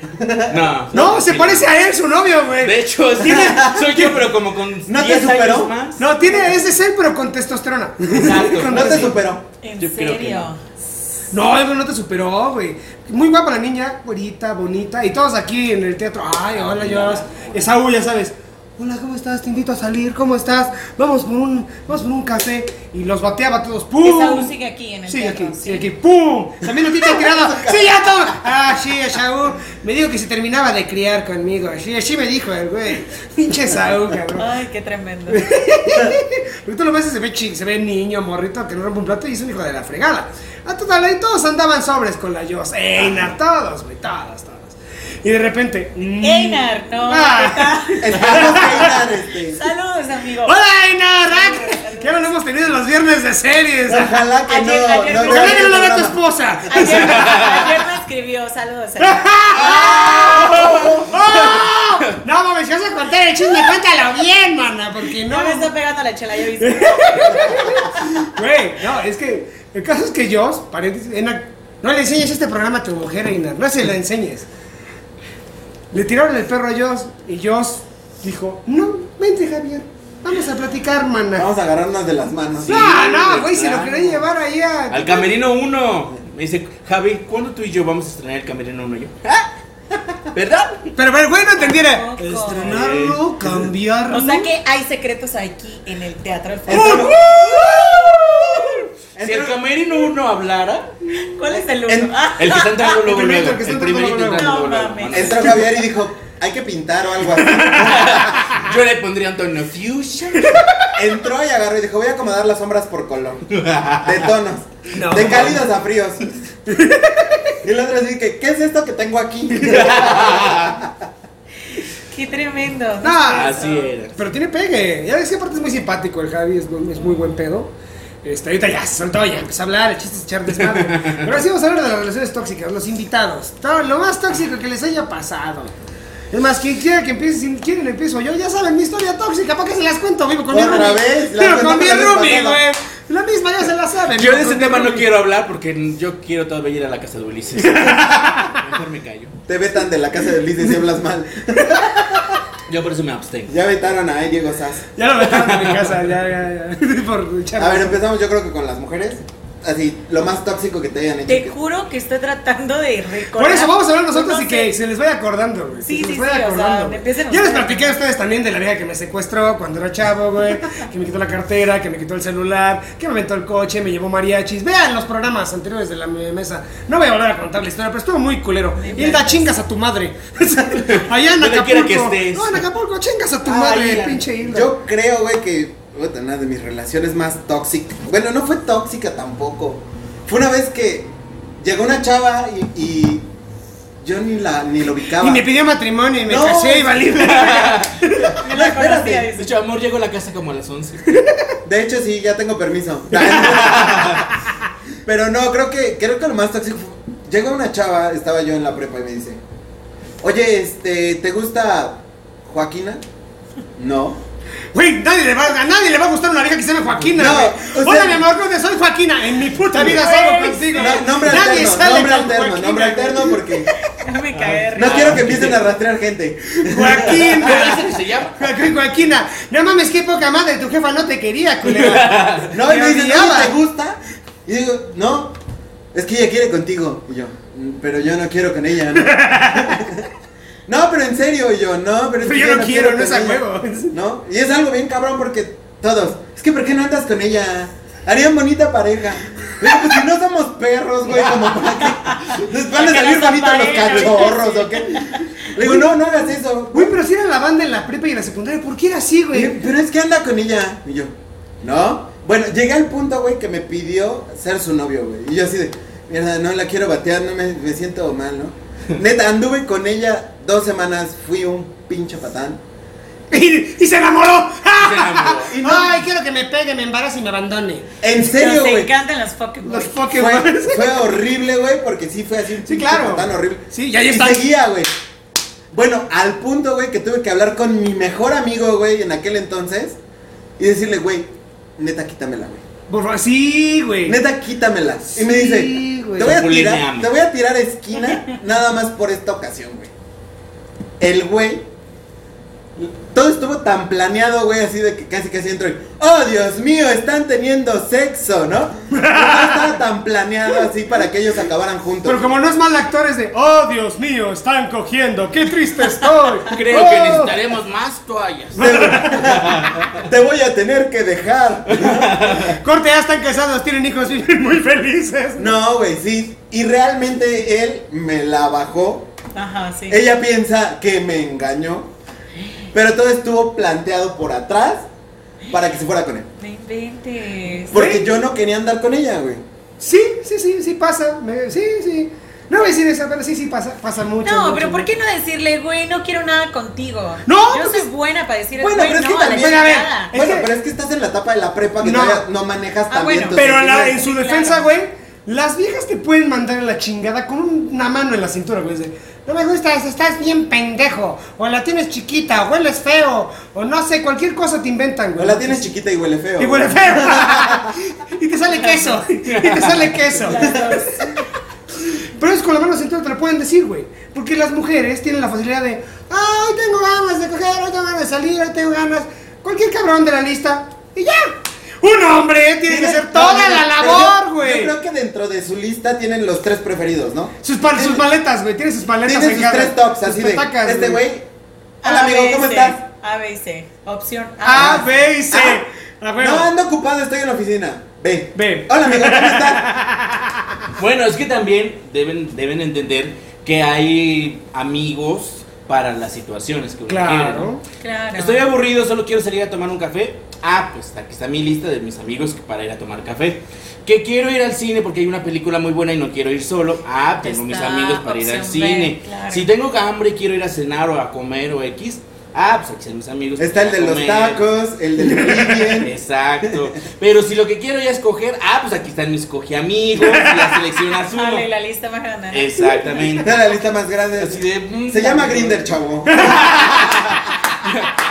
Speaker 4: No.
Speaker 1: No, se parece a él, su novio, güey.
Speaker 4: De hecho, sí, soy yo, pero como con
Speaker 2: ¿No te
Speaker 4: 10
Speaker 2: superó?
Speaker 4: años más.
Speaker 1: No, tiene ese ser, pero con testosterona.
Speaker 4: Exacto.
Speaker 1: Con
Speaker 2: No te
Speaker 1: testosterona.
Speaker 2: superó.
Speaker 3: ¿En
Speaker 4: Yo creo que
Speaker 3: serio?
Speaker 1: No, güey, no te superó, güey. Muy guapa la niña, güerita, bonita. Y todos aquí en el teatro. Ay, hola, Jos. Esaú, ya sabes. Hola, ¿cómo estás? Te invito a salir. ¿Cómo estás? Vamos por un, vamos por un café. Y los bateaba todos. ¡Pum!
Speaker 3: Esa sigue aquí en el
Speaker 1: Uh. Sí,
Speaker 3: teatro,
Speaker 1: aquí, sí, aquí, ¡pum! También lo tiene tirado. ¡Sí, ya todo! Ah, sí, Saúl. Me dijo que se terminaba de criar conmigo. Sí, así me dijo el güey. Pinche Saúl, cabrón.
Speaker 3: Ay, qué tremendo.
Speaker 1: Ahorita lo ves y se ve chi- se ve niño, morrito, que no rompe un plato y es un hijo de la fregada. A total, ahí todos andaban sobres con la Yos. Einar, todos, güey, todos, todos. Y de repente. mm,
Speaker 3: Einar, no.
Speaker 1: Ah.
Speaker 2: Esperamos que Aidan, este,
Speaker 3: Saludos, amigo.
Speaker 1: ¡Hola, Einar! Ah, Ya no lo hemos tenido en los viernes de series.
Speaker 2: Ojalá que no.
Speaker 3: Ayer- ayer-
Speaker 2: no,
Speaker 3: ayer-
Speaker 1: Ojalá que no lo vea tu
Speaker 2: programa.
Speaker 1: esposa.
Speaker 3: Ayer, ayer me escribió, saludos. Einar.
Speaker 1: ¡Oh! No mames, si vas a contar el chisme, cuéntalo bien, mana, porque no.
Speaker 3: No me está pegando la chela, yo hice.
Speaker 1: Güey, no, es que el caso es que yo, paréntesis, Ena, no le enseñes este programa a tu mujer, Einar, no se la enseñes. Le tiraron el perro a Jos y Jos dijo, no, vente Javier, vamos a platicar, mana.
Speaker 2: Vamos a agarrarnos de las manos.
Speaker 4: Ah, Sí.
Speaker 1: no, no, güey, si lo
Speaker 4: claro.
Speaker 1: querían llevar ahí a...
Speaker 4: Al Camerino 1. Me dice, Javi, ¿cuándo tú y yo vamos a estrenar el Camerino 1? Yo, ¿ah? ¿Verdad?
Speaker 1: Pero el güey no entendiera.
Speaker 3: Tampoco.
Speaker 1: Estrenarlo, cambiarlo.
Speaker 3: O sea que hay secretos aquí en el teatro. del
Speaker 1: ¡Uh, uh!
Speaker 3: Foro.
Speaker 4: Si el Camerino 1 hablara,
Speaker 3: ¿Cuál es el
Speaker 2: En-
Speaker 3: uno? Ah,
Speaker 4: el que está entrando luego,
Speaker 1: El primerito, el
Speaker 4: luego.
Speaker 1: que está
Speaker 4: El
Speaker 1: entrando
Speaker 4: primerito
Speaker 1: luego,
Speaker 3: luego. No
Speaker 4: entrando luego. luego.
Speaker 3: mames.
Speaker 2: Entró Javier y dijo, hay que pintar o algo así.
Speaker 4: Yo le pondría Antonio Fuchsia.
Speaker 2: Entró y agarró y dijo, voy a acomodar las sombras por color. De tonos.
Speaker 1: No,
Speaker 2: de
Speaker 1: no.
Speaker 2: cálidos a fríos. Y el otro dice que, ¿qué es esto que tengo aquí?
Speaker 3: qué tremendo.
Speaker 1: No,
Speaker 4: Así era.
Speaker 1: Pero tiene pegue. Ya decía, aparte es muy simpático el Javi, es, muy- es muy buen pedo. Este, ahorita ya se soltó, ya empezó a hablar, el chiste es echar desmadre. Pero ahora sí vamos a hablar de las relaciones tóxicas, los invitados. Todo lo más tóxico que les haya pasado. Es más, quien quiera que empiece, si quieren empiezo yo, ya saben mi historia tóxica, ¿para qué se las cuento? Vivo con mi
Speaker 2: Otra
Speaker 1: roomie.
Speaker 2: vez, la
Speaker 1: Pero con
Speaker 2: cuento
Speaker 1: mi
Speaker 2: que les
Speaker 1: roomie,
Speaker 2: pasaba.
Speaker 1: güey. La misma, ya se la saben.
Speaker 4: Yo
Speaker 1: vivo
Speaker 4: de ese
Speaker 1: con mi
Speaker 4: tema no
Speaker 1: roomie.
Speaker 4: quiero hablar porque yo quiero todavía ir a la casa de Ulises. Mejor me callo.
Speaker 2: Te vetan de la casa de Liz y si hablas mal.
Speaker 4: Yo por eso me abstengo.
Speaker 2: Ya vetaron a Diego Sass.
Speaker 1: Ya lo metieron en mi casa, ya, ya, ya. Por echar
Speaker 2: A ver,
Speaker 1: desmadre.
Speaker 2: empezamos yo creo que con las mujeres. Así, lo más tóxico que te hayan hecho.
Speaker 3: Te
Speaker 2: que-
Speaker 3: juro que estoy tratando de recordar.
Speaker 1: Por eso vamos a hablar nosotros
Speaker 3: No
Speaker 1: y que
Speaker 3: sé.
Speaker 1: se les vaya acordando, güey. que
Speaker 3: Sí,
Speaker 1: se les
Speaker 3: sí,
Speaker 1: vaya
Speaker 3: sí, o sea,
Speaker 1: acordando, güey.
Speaker 3: empiecen
Speaker 1: Ya les
Speaker 3: ustedes.
Speaker 1: platiqué a ustedes también de la vieja que me secuestró cuando era chavo, güey. Que me quitó la cartera, que me quitó el celular, que me aventó el coche, me llevó mariachis. Vean los programas anteriores de la me- mesa. No voy a volver a contar la historia, pero estuvo muy culero. Y anda, chingas a tu madre. Allá en
Speaker 4: Donde
Speaker 1: Acapulco.
Speaker 4: quiera que estés.
Speaker 1: No, en Acapulco, chingas a tu
Speaker 4: Ay,
Speaker 1: madre,
Speaker 4: Hilda.
Speaker 1: pinche Hilda.
Speaker 2: Yo creo, güey, que puta, una de mis relaciones más tóxicas. Bueno, no fue tóxica tampoco. Fue una vez que llegó una chava y, y yo ni la ni lo ubicaba.
Speaker 1: Y me pidió matrimonio y me
Speaker 2: No.
Speaker 1: casé y valí.
Speaker 3: Yo la conocía,
Speaker 4: De
Speaker 3: dice.
Speaker 4: hecho, amor, llego a la casa como a las 11.
Speaker 2: De hecho, sí, ya tengo permiso. Pero no, creo que creo que lo más tóxico fue- llega una chava, estaba yo en la prepa y me dice, "Oye, este, ¿te gusta Joaquina?" No.
Speaker 1: Güey, nadie le va, a nadie le va a gustar una vieja que se llame Joaquina.
Speaker 2: No,
Speaker 1: güey.
Speaker 2: o sea-
Speaker 1: Hola, mi amor, ¿dónde soy Joaquina? En mi puta vida salgo
Speaker 3: Güey,
Speaker 1: contigo.
Speaker 2: No, nombre
Speaker 1: nadie
Speaker 2: alterno,
Speaker 1: sale
Speaker 2: nombre
Speaker 1: con
Speaker 2: alterno,
Speaker 1: Joaquina,
Speaker 2: nombre
Speaker 1: güey.
Speaker 2: alterno porque
Speaker 3: No me cae.
Speaker 2: no quiero que empiecen a rastrear gente.
Speaker 4: ¿Cómo dice
Speaker 1: Joaquina.
Speaker 4: que se llama?
Speaker 1: Joaquín, Joaquina. No mames, qué poca madre, tu jefa no te quería, culera.
Speaker 2: No, y me dicen,
Speaker 1: odiaba.
Speaker 2: "Oye, ¿te gusta? Y digo, no, es que ella quiere contigo. Y yo, "Mm, pero yo no quiero con ella, ¿no? no, pero en serio, y yo, no, pero
Speaker 1: Pero
Speaker 2: es que
Speaker 1: yo no quiero, no
Speaker 2: con
Speaker 1: es a
Speaker 2: ella".
Speaker 1: huevo.
Speaker 2: ¿No? Y es algo bien cabrón porque todos, es que ¿por qué no andas con ella? Harían bonita pareja. Pero pues si no somos perros, güey, como para que les van
Speaker 3: Para
Speaker 2: a
Speaker 3: que
Speaker 2: salir
Speaker 3: nos
Speaker 2: bonitos los
Speaker 3: aparezcan.
Speaker 2: cachorros, ¿o qué? Le digo, no, no hagas eso.
Speaker 1: Güey, pero si era la banda en la prepa y en la secundaria, ¿por qué era así,
Speaker 2: Oye,
Speaker 1: güey?
Speaker 2: pero es que anda con ella. Y yo, ¿no? Bueno, llegué al punto, güey, que me pidió ser su novio, güey. Y yo así de, mierda, no la quiero batear, no me, me siento mal, ¿no? Neta, anduve con ella dos semanas fui un pinche patán.
Speaker 1: Y, y se enamoró.
Speaker 4: Se enamoró.
Speaker 2: Y no-
Speaker 1: Ay, quiero que me pegue, me embarace y me abandone.
Speaker 2: En serio,
Speaker 3: Nos
Speaker 2: güey.
Speaker 3: encantan los fucking
Speaker 1: Los
Speaker 3: boys.
Speaker 1: fucking
Speaker 2: Fue,
Speaker 1: boys.
Speaker 2: fue horrible, güey, porque sí fue así un
Speaker 1: Sí,
Speaker 2: pinche
Speaker 1: claro.
Speaker 2: patán horrible.
Speaker 1: Sí, y ahí
Speaker 2: Y
Speaker 1: está.
Speaker 2: seguía, güey. Bueno, al punto, güey, que tuve que hablar con mi mejor amigo, güey, en aquel entonces. Y decirle, güey, neta, quítamela, güey.
Speaker 1: Por favor, sí, güey.
Speaker 2: Neta, quítamela. Y me
Speaker 1: Sí,
Speaker 2: dice,
Speaker 1: güey.
Speaker 2: te voy, a
Speaker 4: Populín me
Speaker 2: tirar,
Speaker 4: ama.
Speaker 2: te voy a tirar esquina nada más por esta ocasión, güey. El güey. Todo estuvo tan planeado, güey, así de que casi casi entro y. ¡Oh, Dios mío! Están teniendo sexo, ¿no? Todo estaba tan planeado así para que ellos acabaran juntos.
Speaker 1: Pero como no es mal actor, es de, oh Dios mío, están cogiendo, qué triste estoy.
Speaker 4: Creo
Speaker 1: Oh.
Speaker 4: que necesitaremos más toallas.
Speaker 2: Te voy a tener que dejar.
Speaker 1: Corte, ya están casados, tienen hijos, viven muy felices.
Speaker 2: No, güey, sí. Y realmente él me la bajó.
Speaker 3: Ajá, sí.
Speaker 2: Ella piensa que me engañó, pero todo estuvo planteado por atrás para que se fuera con él.
Speaker 3: No inventes.
Speaker 2: Porque
Speaker 1: ¿Sí?
Speaker 2: yo no quería andar con ella, güey.
Speaker 1: Sí, sí, sí, sí pasa. me- sí, sí. No voy a decir eso, pero sí, sí pasa, pasa mucho.
Speaker 3: No,
Speaker 1: mucho,
Speaker 3: pero ¿por
Speaker 1: mucho.
Speaker 3: qué no decirle, güey, no quiero nada contigo?
Speaker 1: No,
Speaker 3: Yo
Speaker 1: pues-
Speaker 3: soy buena para decir,
Speaker 2: Bueno,
Speaker 3: güey,
Speaker 2: pero es
Speaker 3: no,
Speaker 2: que
Speaker 3: a la
Speaker 2: también-
Speaker 1: a ver,
Speaker 3: chingada".
Speaker 1: Es
Speaker 2: bueno,
Speaker 1: que-
Speaker 2: pero es que estás en la etapa de la prepa que
Speaker 1: No.
Speaker 2: todavía no manejas tan
Speaker 3: Ah,
Speaker 2: bien
Speaker 3: bueno.
Speaker 2: tus
Speaker 1: Pero la- en
Speaker 2: decisiones.
Speaker 1: su
Speaker 3: Sí,
Speaker 1: defensa,
Speaker 3: claro.
Speaker 1: güey, las viejas te pueden mandar a la chingada con una mano en la cintura, güey. es de, No me gustas, estás bien pendejo. O la tienes chiquita, o hueles feo, o no sé, cualquier cosa te inventan,
Speaker 2: O
Speaker 1: güey.
Speaker 2: la tienes chiquita y huele feo.
Speaker 1: Y huele feo. y te sale queso. Y te sale queso. Pero es con la mano cintura te lo pueden decir, güey. Porque las mujeres tienen la facilidad de, ah, hoy tengo ganas de coger, hoy tengo ganas de salir, hoy tengo ganas. Cualquier cabrón de la lista. Y ya. Un hombre tiene que hacer toda la
Speaker 2: Pero yo-
Speaker 1: labor,
Speaker 2: Yo
Speaker 1: güey.
Speaker 2: creo que dentro de su lista tienen los tres preferidos, ¿no?
Speaker 1: Sus, pal- sus maletas, güey. Tiene sus maletas
Speaker 2: Tienen
Speaker 1: en
Speaker 2: sus
Speaker 1: cada-
Speaker 2: tres tops,
Speaker 1: sus
Speaker 2: así de.
Speaker 1: petacas,
Speaker 2: Este güey. Hola,
Speaker 3: A,
Speaker 2: amigo,
Speaker 3: B,
Speaker 2: ¿cómo
Speaker 3: C.
Speaker 2: estás?
Speaker 3: A, B y C. Opción A.
Speaker 1: A, B y C. A huevo.
Speaker 2: Ah. No, ando ocupado, estoy en la oficina. Ve.
Speaker 1: Ve.
Speaker 2: Hola, amigo, ¿cómo estás?
Speaker 4: Bueno, es que también deben, deben entender que hay amigos para las situaciones que uno quiere,
Speaker 1: Claro.
Speaker 4: ¿no?
Speaker 3: Claro.
Speaker 4: Estoy aburrido, solo quiero salir a tomar un café. Ah, pues aquí está mi lista de mis amigos que para ir a tomar café. Que quiero ir al cine porque hay una película muy buena y no quiero ir solo. Ah, tengo mis
Speaker 3: Está
Speaker 4: amigos para ir al
Speaker 3: opción B,
Speaker 4: cine.
Speaker 3: claro.
Speaker 4: Si tengo hambre y quiero ir a cenar o a comer o X. Ah, pues aquí están mis amigos.
Speaker 2: Está el de
Speaker 4: para
Speaker 2: los
Speaker 4: comer.
Speaker 2: tacos, el del bien.
Speaker 4: Exacto. Pero si lo que quiero ya es coger, ah, pues aquí están mis cogiamigos y la selección azul.
Speaker 3: Ale, la lista más grande. ¿no?
Speaker 4: Exactamente.
Speaker 2: Está la lista más
Speaker 4: Así
Speaker 2: grande.
Speaker 4: de, mm,
Speaker 2: Se llama Grinder, chavo.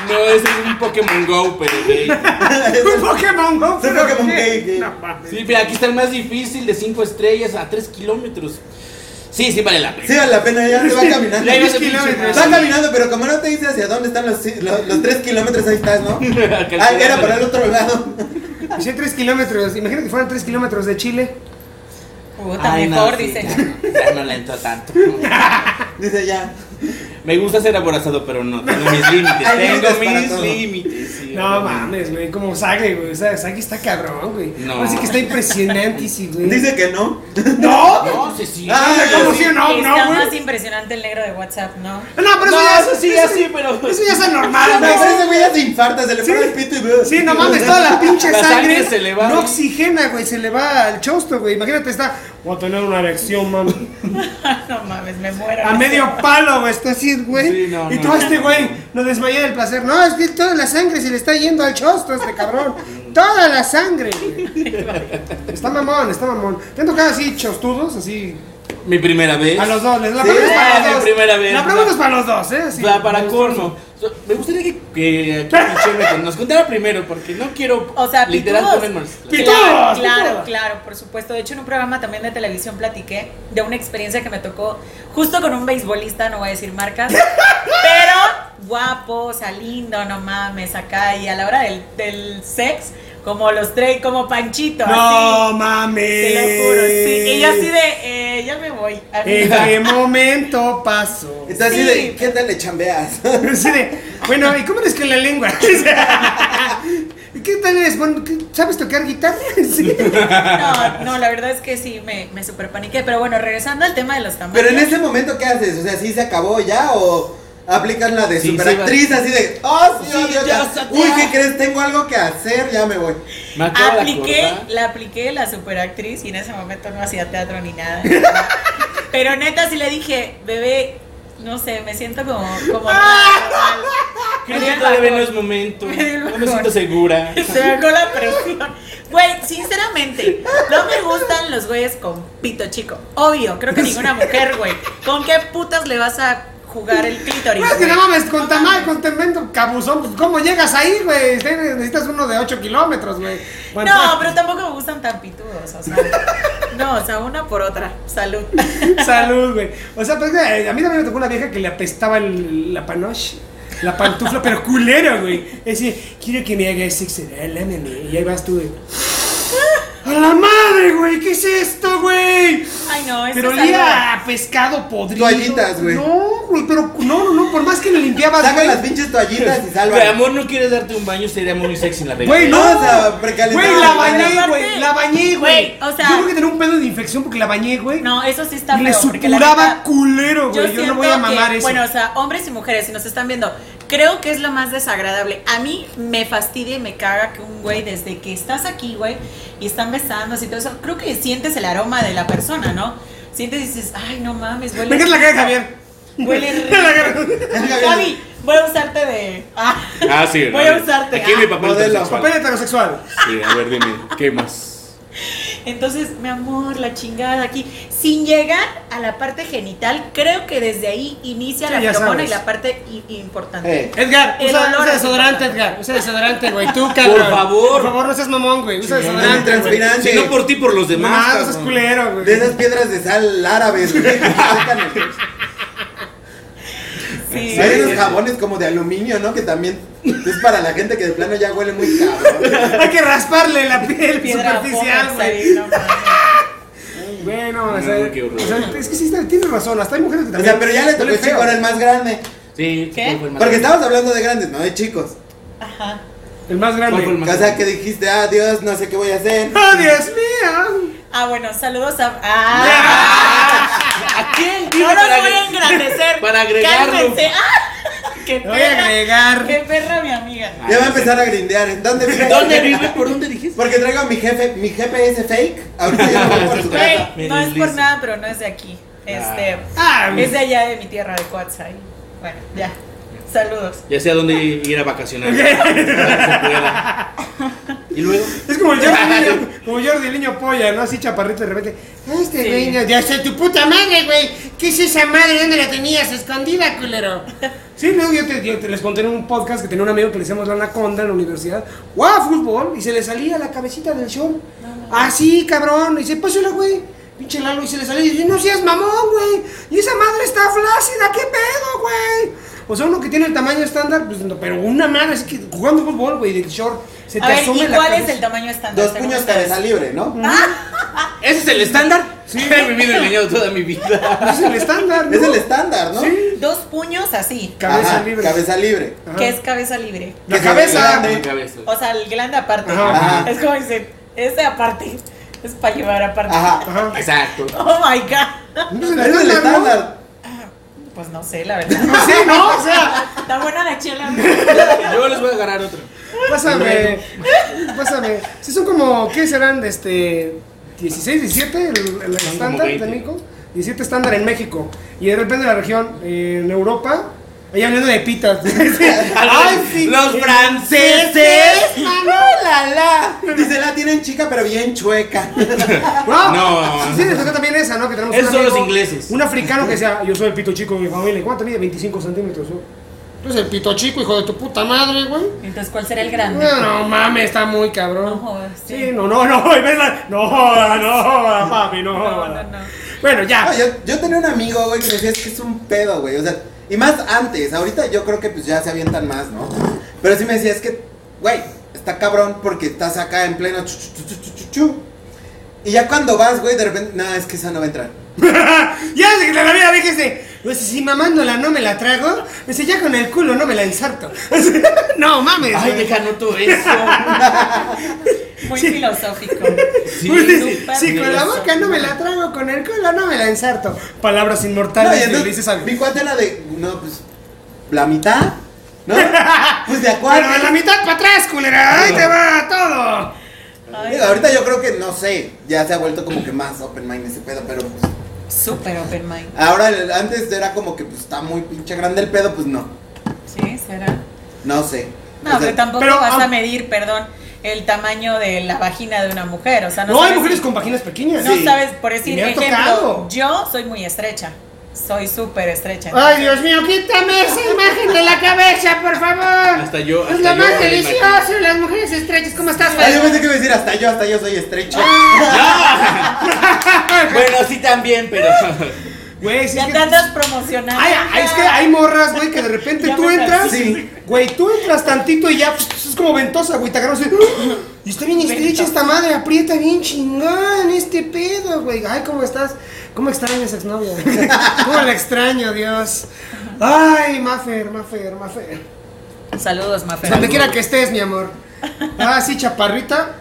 Speaker 4: No, ese es un Pokémon Go, pero gay.
Speaker 1: Un Pokémon Go.
Speaker 2: un Pokémon gay, gay.
Speaker 1: No mames.
Speaker 4: Sí, mira, aquí está el más difícil de 5 estrellas a 3 kilómetros. Sí, sí vale la pena.
Speaker 2: Sí, vale la pena, ya se va caminando.
Speaker 4: Ya ibas
Speaker 1: tres
Speaker 4: de pinche
Speaker 1: kilómetros.
Speaker 2: Va
Speaker 4: madre.
Speaker 2: caminando, pero como no te dice hacia dónde están los, los, los tres kilómetros, ahí estás, ¿no? Ah,
Speaker 4: Calculando.
Speaker 2: era para el otro lado.
Speaker 1: Y si hay tres kilómetros, imagínate que fueran tres kilómetros de Chile.
Speaker 3: Puta,
Speaker 4: Ay,
Speaker 3: mejor,
Speaker 4: no, sí,
Speaker 3: dicen.
Speaker 4: Ya, ya no le entro tanto.
Speaker 2: Dice ya.
Speaker 4: Me gusta ser aborazado, pero no. Tengo mis límites.
Speaker 2: Hay límites
Speaker 4: Tengo
Speaker 2: para
Speaker 4: mis
Speaker 2: todo.
Speaker 4: límites. sí,
Speaker 1: No
Speaker 4: obviamente.
Speaker 1: mames, güey, como Sage, güey. O sea, Sage está cabrón, güey.
Speaker 4: No.
Speaker 1: Parece que está impresionante, sí, güey.
Speaker 2: Dice que no.
Speaker 1: ¡No!
Speaker 4: No, sí, sí.
Speaker 2: Ah,
Speaker 1: ¿Cómo sí o no?
Speaker 3: Está
Speaker 1: No,
Speaker 3: más
Speaker 1: güey.
Speaker 3: impresionante el negro de WhatsApp, ¿no?
Speaker 1: No, pero eso
Speaker 4: No,
Speaker 1: ya
Speaker 4: eso sí, ya sí, pero-
Speaker 1: Eso ya es
Speaker 2: Ah, No,
Speaker 1: normal,
Speaker 2: ese
Speaker 1: güey.
Speaker 2: güey ya se infarta, se le
Speaker 1: Ah, Sí.
Speaker 2: pone el pito y veo.
Speaker 1: Sí, no mames, toda la pinche
Speaker 4: La
Speaker 1: sangre,
Speaker 4: sangre se le va,
Speaker 1: no
Speaker 4: güey.
Speaker 1: oxigena, güey, se le va al chosto, güey. Imagínate, está, voy a tener una erección, mami.
Speaker 3: no mames, me muero.
Speaker 1: A medio palo, güey, está así, güey.
Speaker 4: Sí, no,
Speaker 1: y
Speaker 4: no,
Speaker 1: todo
Speaker 4: no.
Speaker 1: este güey lo desmayé del placer. No, es que toda la sangre se le está yendo al chosto a este cabrón. toda la sangre, güey. Está mamón, está mamón. ¿Te han tocado así chostudos? Así.
Speaker 4: Mi primera vez.
Speaker 1: A los dos, les- la
Speaker 2: Sí,
Speaker 1: pregunta es para
Speaker 4: es
Speaker 1: los
Speaker 4: mi
Speaker 1: dos.
Speaker 4: primera vez,
Speaker 1: La
Speaker 4: no.
Speaker 1: pregunta es para los dos, ¿eh? Sí.
Speaker 4: Va, para corno. So, Me gustaría que, que aquí Michelle nos contara primero, porque no quiero
Speaker 3: O sea,
Speaker 4: literal
Speaker 3: pitudos.
Speaker 4: ponernos-
Speaker 1: Pitudos,
Speaker 3: Claro,
Speaker 1: pitudos.
Speaker 3: claro, claro, por supuesto. De hecho, en un programa también de televisión platiqué de una experiencia que me tocó justo con un beisbolista, no voy a decir marcas, pero guapo, o sea, lindo, no mames, acá y a la hora del, del sex, como los tres, como Panchito,
Speaker 1: No
Speaker 3: así.
Speaker 1: mames.
Speaker 3: Ah, Te lo juro, sí. Y yo así de, eh, ya me voy.
Speaker 1: ¿En
Speaker 3: amiga.
Speaker 1: qué momento pasó?
Speaker 2: Está así
Speaker 3: Sí.
Speaker 2: de, ¿qué tal le chambeas?
Speaker 1: Así de, bueno, ¿y cómo eres que la lengua? ¿Y ¿Qué tal eres? Bueno, ¿qué- ¿Sabes tocar guitarra? Sí.
Speaker 3: No, no, la verdad es que sí, me, me super paniqué. Pero bueno, regresando al tema de los tamaños.
Speaker 2: Pero en ese momento, ¿qué haces? O sea, ¿sí se acabó ya o aplicas la de
Speaker 4: Sí,
Speaker 2: superactriz
Speaker 4: sí, va.
Speaker 2: así de, oh, sí,
Speaker 4: Sí,
Speaker 2: adiós,
Speaker 4: ya,
Speaker 2: ya.
Speaker 4: satea.
Speaker 2: Uy, ¿qué crees? Tengo algo que hacer, ya me voy.
Speaker 4: Me
Speaker 1: Ah,
Speaker 4: acabo de
Speaker 3: Apliqué,
Speaker 4: acordar.
Speaker 3: la apliqué la superactriz y en ese momento no hacía teatro ni nada. Pero neta sí le dije, bebé, No sé, me siento como. como rara,
Speaker 4: Creo
Speaker 3: Me dio
Speaker 4: que
Speaker 3: el
Speaker 4: todavía
Speaker 3: bajón.
Speaker 4: no es momento.
Speaker 3: Me dio el
Speaker 4: No me
Speaker 3: bajón.
Speaker 4: siento segura.
Speaker 3: rara. Se me bajó la presión. Güey, sinceramente, no me gustan los güeyes con pito chico. Obvio, creo que ninguna mujer, güey. ¿Con qué putas le vas a jugar el clítoris?
Speaker 1: Es que
Speaker 3: güey?
Speaker 1: no mames, con tamal, con tremendo cabuzón, pues, ¿cómo llegas ahí, güey? Te- Necesitas uno de 8 kilómetros, güey. Bueno,
Speaker 3: No, pero tampoco me gustan tan pitudos, o sea. No, o sea, una por otra. Salud.
Speaker 1: Salud, güey. O sea, pues, eh, a mí también me tocó una vieja que le apestaba el- la panoche. La pantufla, pero culera, güey. Es decir, quiero que me haga sexo oral, ámame. Y ahí vas tú, güey. ¡A la madre, güey! ¿Qué es esto, güey?
Speaker 3: Ay, no, eso
Speaker 1: Pero
Speaker 3: es algo-
Speaker 1: olía a pescado podrido.
Speaker 2: Toallitas, güey.
Speaker 1: No, güey, pero no, no, no, por más que le limpiabas,
Speaker 2: Saca
Speaker 1: Ah, güey.
Speaker 2: las pinches toallitas y
Speaker 4: De
Speaker 2: salva.
Speaker 4: amor, no quieres darte un baño, sería muy sexy en la regla.
Speaker 1: Güey, no,
Speaker 2: No, o sea, precalentar.
Speaker 1: Güey, la
Speaker 3: Pero
Speaker 1: bañé,
Speaker 3: aparte-
Speaker 1: güey, la bañé, güey.
Speaker 3: Güey, o sea-
Speaker 1: Yo creo que tenía un pedo de infección porque la bañé, güey.
Speaker 3: No, eso sí está
Speaker 1: y le
Speaker 3: feo, porque la
Speaker 1: supuraba
Speaker 3: neta-
Speaker 1: culero, güey. Yo, no
Speaker 3: siento
Speaker 1: voy a mamar
Speaker 3: que,
Speaker 1: eso.
Speaker 3: Bueno, o sea, hombres y mujeres, si nos están viendo, creo que es lo más desagradable. A mí me fastidia y me caga que un güey, desde que estás aquí, güey, y están besando y todo eso, creo que sientes el aroma de la persona, ¿no? Sientes y dices, ay, no mames, huele.
Speaker 1: Me queda la cara de Javier.
Speaker 3: Huele
Speaker 1: Mira la cara.
Speaker 2: Javier.
Speaker 3: Javi, voy a usarte de. Ah,
Speaker 4: Ah, sí.
Speaker 3: Voy a usarte.
Speaker 4: Aquí
Speaker 3: Ah.
Speaker 4: mi papá es
Speaker 2: Modelo.
Speaker 4: heterosexual.
Speaker 1: Papel heterosexual.
Speaker 4: Sí, a ver, dime, ¿qué más?
Speaker 3: Entonces, mi amor, la chingada aquí. Sin llegar a la parte genital, creo que desde ahí inicia
Speaker 1: Sí,
Speaker 3: la
Speaker 1: ya
Speaker 3: hormona y
Speaker 1: sabes.
Speaker 3: la parte i- importante.
Speaker 2: Eh,
Speaker 1: Edgar,
Speaker 3: El
Speaker 1: usa,
Speaker 3: olor
Speaker 1: usa
Speaker 3: a
Speaker 1: desodorante,
Speaker 3: pipí.
Speaker 1: Edgar. Usa desodorante, güey. Tú, cabrón.
Speaker 4: favor.
Speaker 1: Por favor, no seas mamón, güey. Usa
Speaker 2: Sí,
Speaker 1: desodorante, güey.
Speaker 2: transpirante.
Speaker 4: Si no por ti, por los
Speaker 1: Pues, No,
Speaker 4: demás.
Speaker 1: no seas
Speaker 4: cabrón.
Speaker 1: culero, güey.
Speaker 2: de esas piedras de sal árabes, güey. que sacan el-
Speaker 3: Sí.
Speaker 2: Hay unos jabones como de aluminio, ¿no? Que también es para la gente que de plano ya huele muy cabrón.
Speaker 1: Hay que rasparle la piel
Speaker 3: Piedra
Speaker 1: superficial,
Speaker 3: pómax
Speaker 1: güey.
Speaker 3: ahí, no mames.
Speaker 1: Bueno, o
Speaker 4: No,
Speaker 1: sea,
Speaker 4: qué horror.
Speaker 1: o sea, es que sí, está- tienes razón. Hasta hay mujeres que
Speaker 2: O
Speaker 1: también.
Speaker 2: sea, pero ya le tocó
Speaker 1: huele
Speaker 2: el chico,
Speaker 1: feo.
Speaker 2: era el más grande.
Speaker 4: Sí,
Speaker 3: ¿Qué?
Speaker 4: ¿cuál fue el más
Speaker 2: Porque
Speaker 4: grande?
Speaker 2: estábamos hablando de grandes, no de chicos.
Speaker 3: Ajá.
Speaker 1: El más
Speaker 4: ¿Cuál fue el
Speaker 1: grande.
Speaker 4: más
Speaker 2: O sea,
Speaker 4: grande?
Speaker 2: que dijiste, ah, Dios, no sé qué voy a hacer.
Speaker 1: ¡Oh, Dios mío!
Speaker 3: Ah, bueno, saludos a. ¡Ah!
Speaker 4: ¿A quién?
Speaker 3: No
Speaker 4: Dime
Speaker 3: los
Speaker 4: para
Speaker 3: voy a
Speaker 4: agre-
Speaker 3: engrandecer.
Speaker 4: Para agregarlo.
Speaker 3: Cálmense. ¡Ah! ¡Qué
Speaker 1: Lo voy a
Speaker 3: perra! ¡Qué
Speaker 1: agregar. Ah,
Speaker 3: perra, mi amiga!
Speaker 2: Ya va a empezar a grindear. ¿Dónde vive?
Speaker 4: ¿Dónde vive? ¿Por dónde dijiste?
Speaker 2: Porque traigo a mi jefe, mi GPS fake. Ahorita ya lo voy por su casa.
Speaker 3: Güey,
Speaker 4: Me
Speaker 3: no es por
Speaker 4: deslizo.
Speaker 3: nada, pero no es de aquí. Este.
Speaker 1: Ah,
Speaker 3: Es de allá de mi tierra de Coatzai. Bueno, ya. Saludos.
Speaker 4: Ya sé a dónde ir a vacacionar. Se pueda. ¿Y luego?
Speaker 1: es como el Jordi Niño, como Jordi Niño Polla, ¿no? Así chaparrito de repente. Este
Speaker 3: Sí.
Speaker 1: güey, no- ya sé tu puta madre, güey. ¿Qué es esa madre? ¿Dónde la tenías escondida, culero? Sí, no, yo, te, yo te- les conté en un podcast que tenía un amigo que le decíamos la anaconda en la universidad. ¡Guau, fútbol! Y se le salía la cabecita del short. Ah, sí, cabrón. Y dice, pásala, güey. Pinche Lalo. Y se le salía. Y dice, no seas mamón, güey. Y esa madre está flácida. ¿Qué pedo, güey? O sea, uno que tiene el tamaño estándar, pues, no, pero una madre, así que jugando fútbol, güey, del short. Se
Speaker 3: A ver, ¿y
Speaker 1: asume
Speaker 3: cuál es el tamaño estándar?
Speaker 2: Dos
Speaker 3: según
Speaker 2: puños
Speaker 3: ustedes?
Speaker 2: cabeza libre, ¿no?
Speaker 1: Ah,
Speaker 4: ¿Ese es el estándar? Sí. He vivido engañado toda mi vida.
Speaker 1: Es el estándar, ¿no?
Speaker 2: Es el estándar, ¿no?
Speaker 1: Sí.
Speaker 3: Dos puños así.
Speaker 1: Cabeza
Speaker 2: Ajá,
Speaker 1: libre.
Speaker 2: Cabeza libre.
Speaker 1: Ajá.
Speaker 3: Que es cabeza libre.
Speaker 1: La
Speaker 2: que
Speaker 1: cabeza.
Speaker 2: se
Speaker 4: Mi
Speaker 2: ve
Speaker 4: cabeza.
Speaker 3: O sea, el glande aparte.
Speaker 1: Ajá.
Speaker 3: Es como dicen, ese aparte. Es para llevar aparte.
Speaker 2: Ajá.
Speaker 1: Ajá.
Speaker 4: Exacto.
Speaker 3: Oh my god.
Speaker 1: No, es el
Speaker 2: Es el
Speaker 1: estándar,
Speaker 2: estándar.
Speaker 3: Pues no sé, la verdad.
Speaker 1: ¿no? Sí, ¿no? O sea,
Speaker 3: Está buena la chela.
Speaker 4: Yo les voy a ganar otro.
Speaker 1: pásame. Pásame. Si son como, ¿qué serán? de Este, 16, 17, el, el
Speaker 4: como
Speaker 1: estándar
Speaker 4: 20.
Speaker 1: de México. 17 estándar en México. Y de repente la región, eh, en Europa. Ahí hablando de pitas.
Speaker 4: Los franceses.
Speaker 1: mano!
Speaker 2: la la! Dice, la tienen chica, pero bien chueca.
Speaker 1: No,
Speaker 4: No.
Speaker 1: Sí, les tocó también esa, ¿no? Que tenemos
Speaker 4: Esos
Speaker 1: un
Speaker 4: son los
Speaker 1: amigo,
Speaker 4: ingleses.
Speaker 1: Un africano que sea, yo soy el pito chico de mi familia. ¿Cuánto mide? 25 centímetros, ¿no? Tú eres el pito chico, hijo de tu puta madre, güey.
Speaker 3: Entonces, ¿cuál será el grande?
Speaker 1: No, no mames, está muy cabrón.
Speaker 3: No jodas,
Speaker 1: Sí,
Speaker 3: sí.
Speaker 1: no, no, no, y ves la- no jodas, no jodas, papi, no
Speaker 3: No,
Speaker 1: jodas.
Speaker 3: no, no.
Speaker 1: Bueno, ya.
Speaker 2: No, yo, yo tenía un amigo, güey, que me decía, es que es un pedo, güey. O sea, y más antes, ahorita yo creo que pues ya se avientan más, ¿no? Pero sí me decía, es que, güey, está cabrón porque estás acá en pleno chu, chu, chu, chu, chu, chu, chu. Y ya cuando vas, güey, de repente, no, es que esa no va a entrar.
Speaker 1: ya, de que la vida déjese. Pues si mamándola no me la trago, pues ya con el culo no me la ensarto. no mames.
Speaker 4: Ay,
Speaker 1: güey.
Speaker 4: deja no todo eso.
Speaker 3: Muy
Speaker 1: Sí.
Speaker 3: filosófico.
Speaker 4: Sí,
Speaker 1: Pues,
Speaker 3: sí,
Speaker 1: si
Speaker 4: sí,
Speaker 1: con la
Speaker 4: eso.
Speaker 1: boca no me la trago, con el culo no me la ensarto. Palabras inmortales
Speaker 2: No, y
Speaker 1: de
Speaker 2: entonces,
Speaker 1: Ulises Ávila.
Speaker 2: mi cuate era de, no, pues, la mitad, ¿no? Pues de acuerdo.
Speaker 1: Bueno, de la mitad para atrás, culera. Ahí te va todo.
Speaker 3: Ay,
Speaker 2: Digo, ahorita yo creo que, no sé, ya se ha vuelto como que más open mind ese pedo, pero pues,
Speaker 3: Súper open mind.
Speaker 2: Ahora, el- antes era como que pues está muy pinche grande el pedo, pues no.
Speaker 3: Sí, será.
Speaker 2: No sé.
Speaker 3: No,
Speaker 2: O sea,
Speaker 3: pero tampoco
Speaker 1: Pues, pero,
Speaker 3: vas
Speaker 1: ah,
Speaker 3: a medir, perdón, el tamaño de la vagina de una mujer. O sea, no,
Speaker 1: No, hay
Speaker 3: sabes-
Speaker 1: mujeres con vaginas pequeñas.
Speaker 3: No
Speaker 2: Sí.
Speaker 3: sabes, por
Speaker 1: Y
Speaker 3: decir,
Speaker 1: me ha
Speaker 3: ejemplo,
Speaker 1: tocado. Ah,
Speaker 3: yo soy muy estrecha. Soy súper estrecha.
Speaker 1: Ay, Dios mío, quítame esa imagen de la cabeza, por favor.
Speaker 4: Hasta yo-
Speaker 1: Es
Speaker 4: hasta
Speaker 1: lo
Speaker 4: yo
Speaker 1: más
Speaker 4: me
Speaker 1: delicioso, las mujeres estrechas. ¿Cómo estás,
Speaker 2: Ah, yo
Speaker 1: Fer?
Speaker 2: pensé que iba a decir hasta yo, hasta yo soy estrecho.
Speaker 3: Ah,
Speaker 4: Bueno, sí también, pero.
Speaker 1: Güey, si es
Speaker 3: ya
Speaker 1: que-
Speaker 3: te andas promocionando.
Speaker 1: Ay, ay, es que hay morras, güey, que de repente
Speaker 3: Ya
Speaker 1: tú
Speaker 3: me
Speaker 1: entras.
Speaker 2: Sí.
Speaker 1: Güey, tú entras tantito y ya pues, es como ventosa, güey. Te agarras y. Y está bien estrecha
Speaker 3: Ventosa.
Speaker 1: esta madre, aprieta bien chingón este pedo, güey. Ay, ¿cómo estás? ¿Cómo extraño a esa exnovia? ¿Cómo la extraño, Dios? Ay, Mafer, Mafer, Mafer.
Speaker 3: Saludos, Mafer.
Speaker 1: Donde quiera que estés, mi amor. Ah, sí, chaparrita.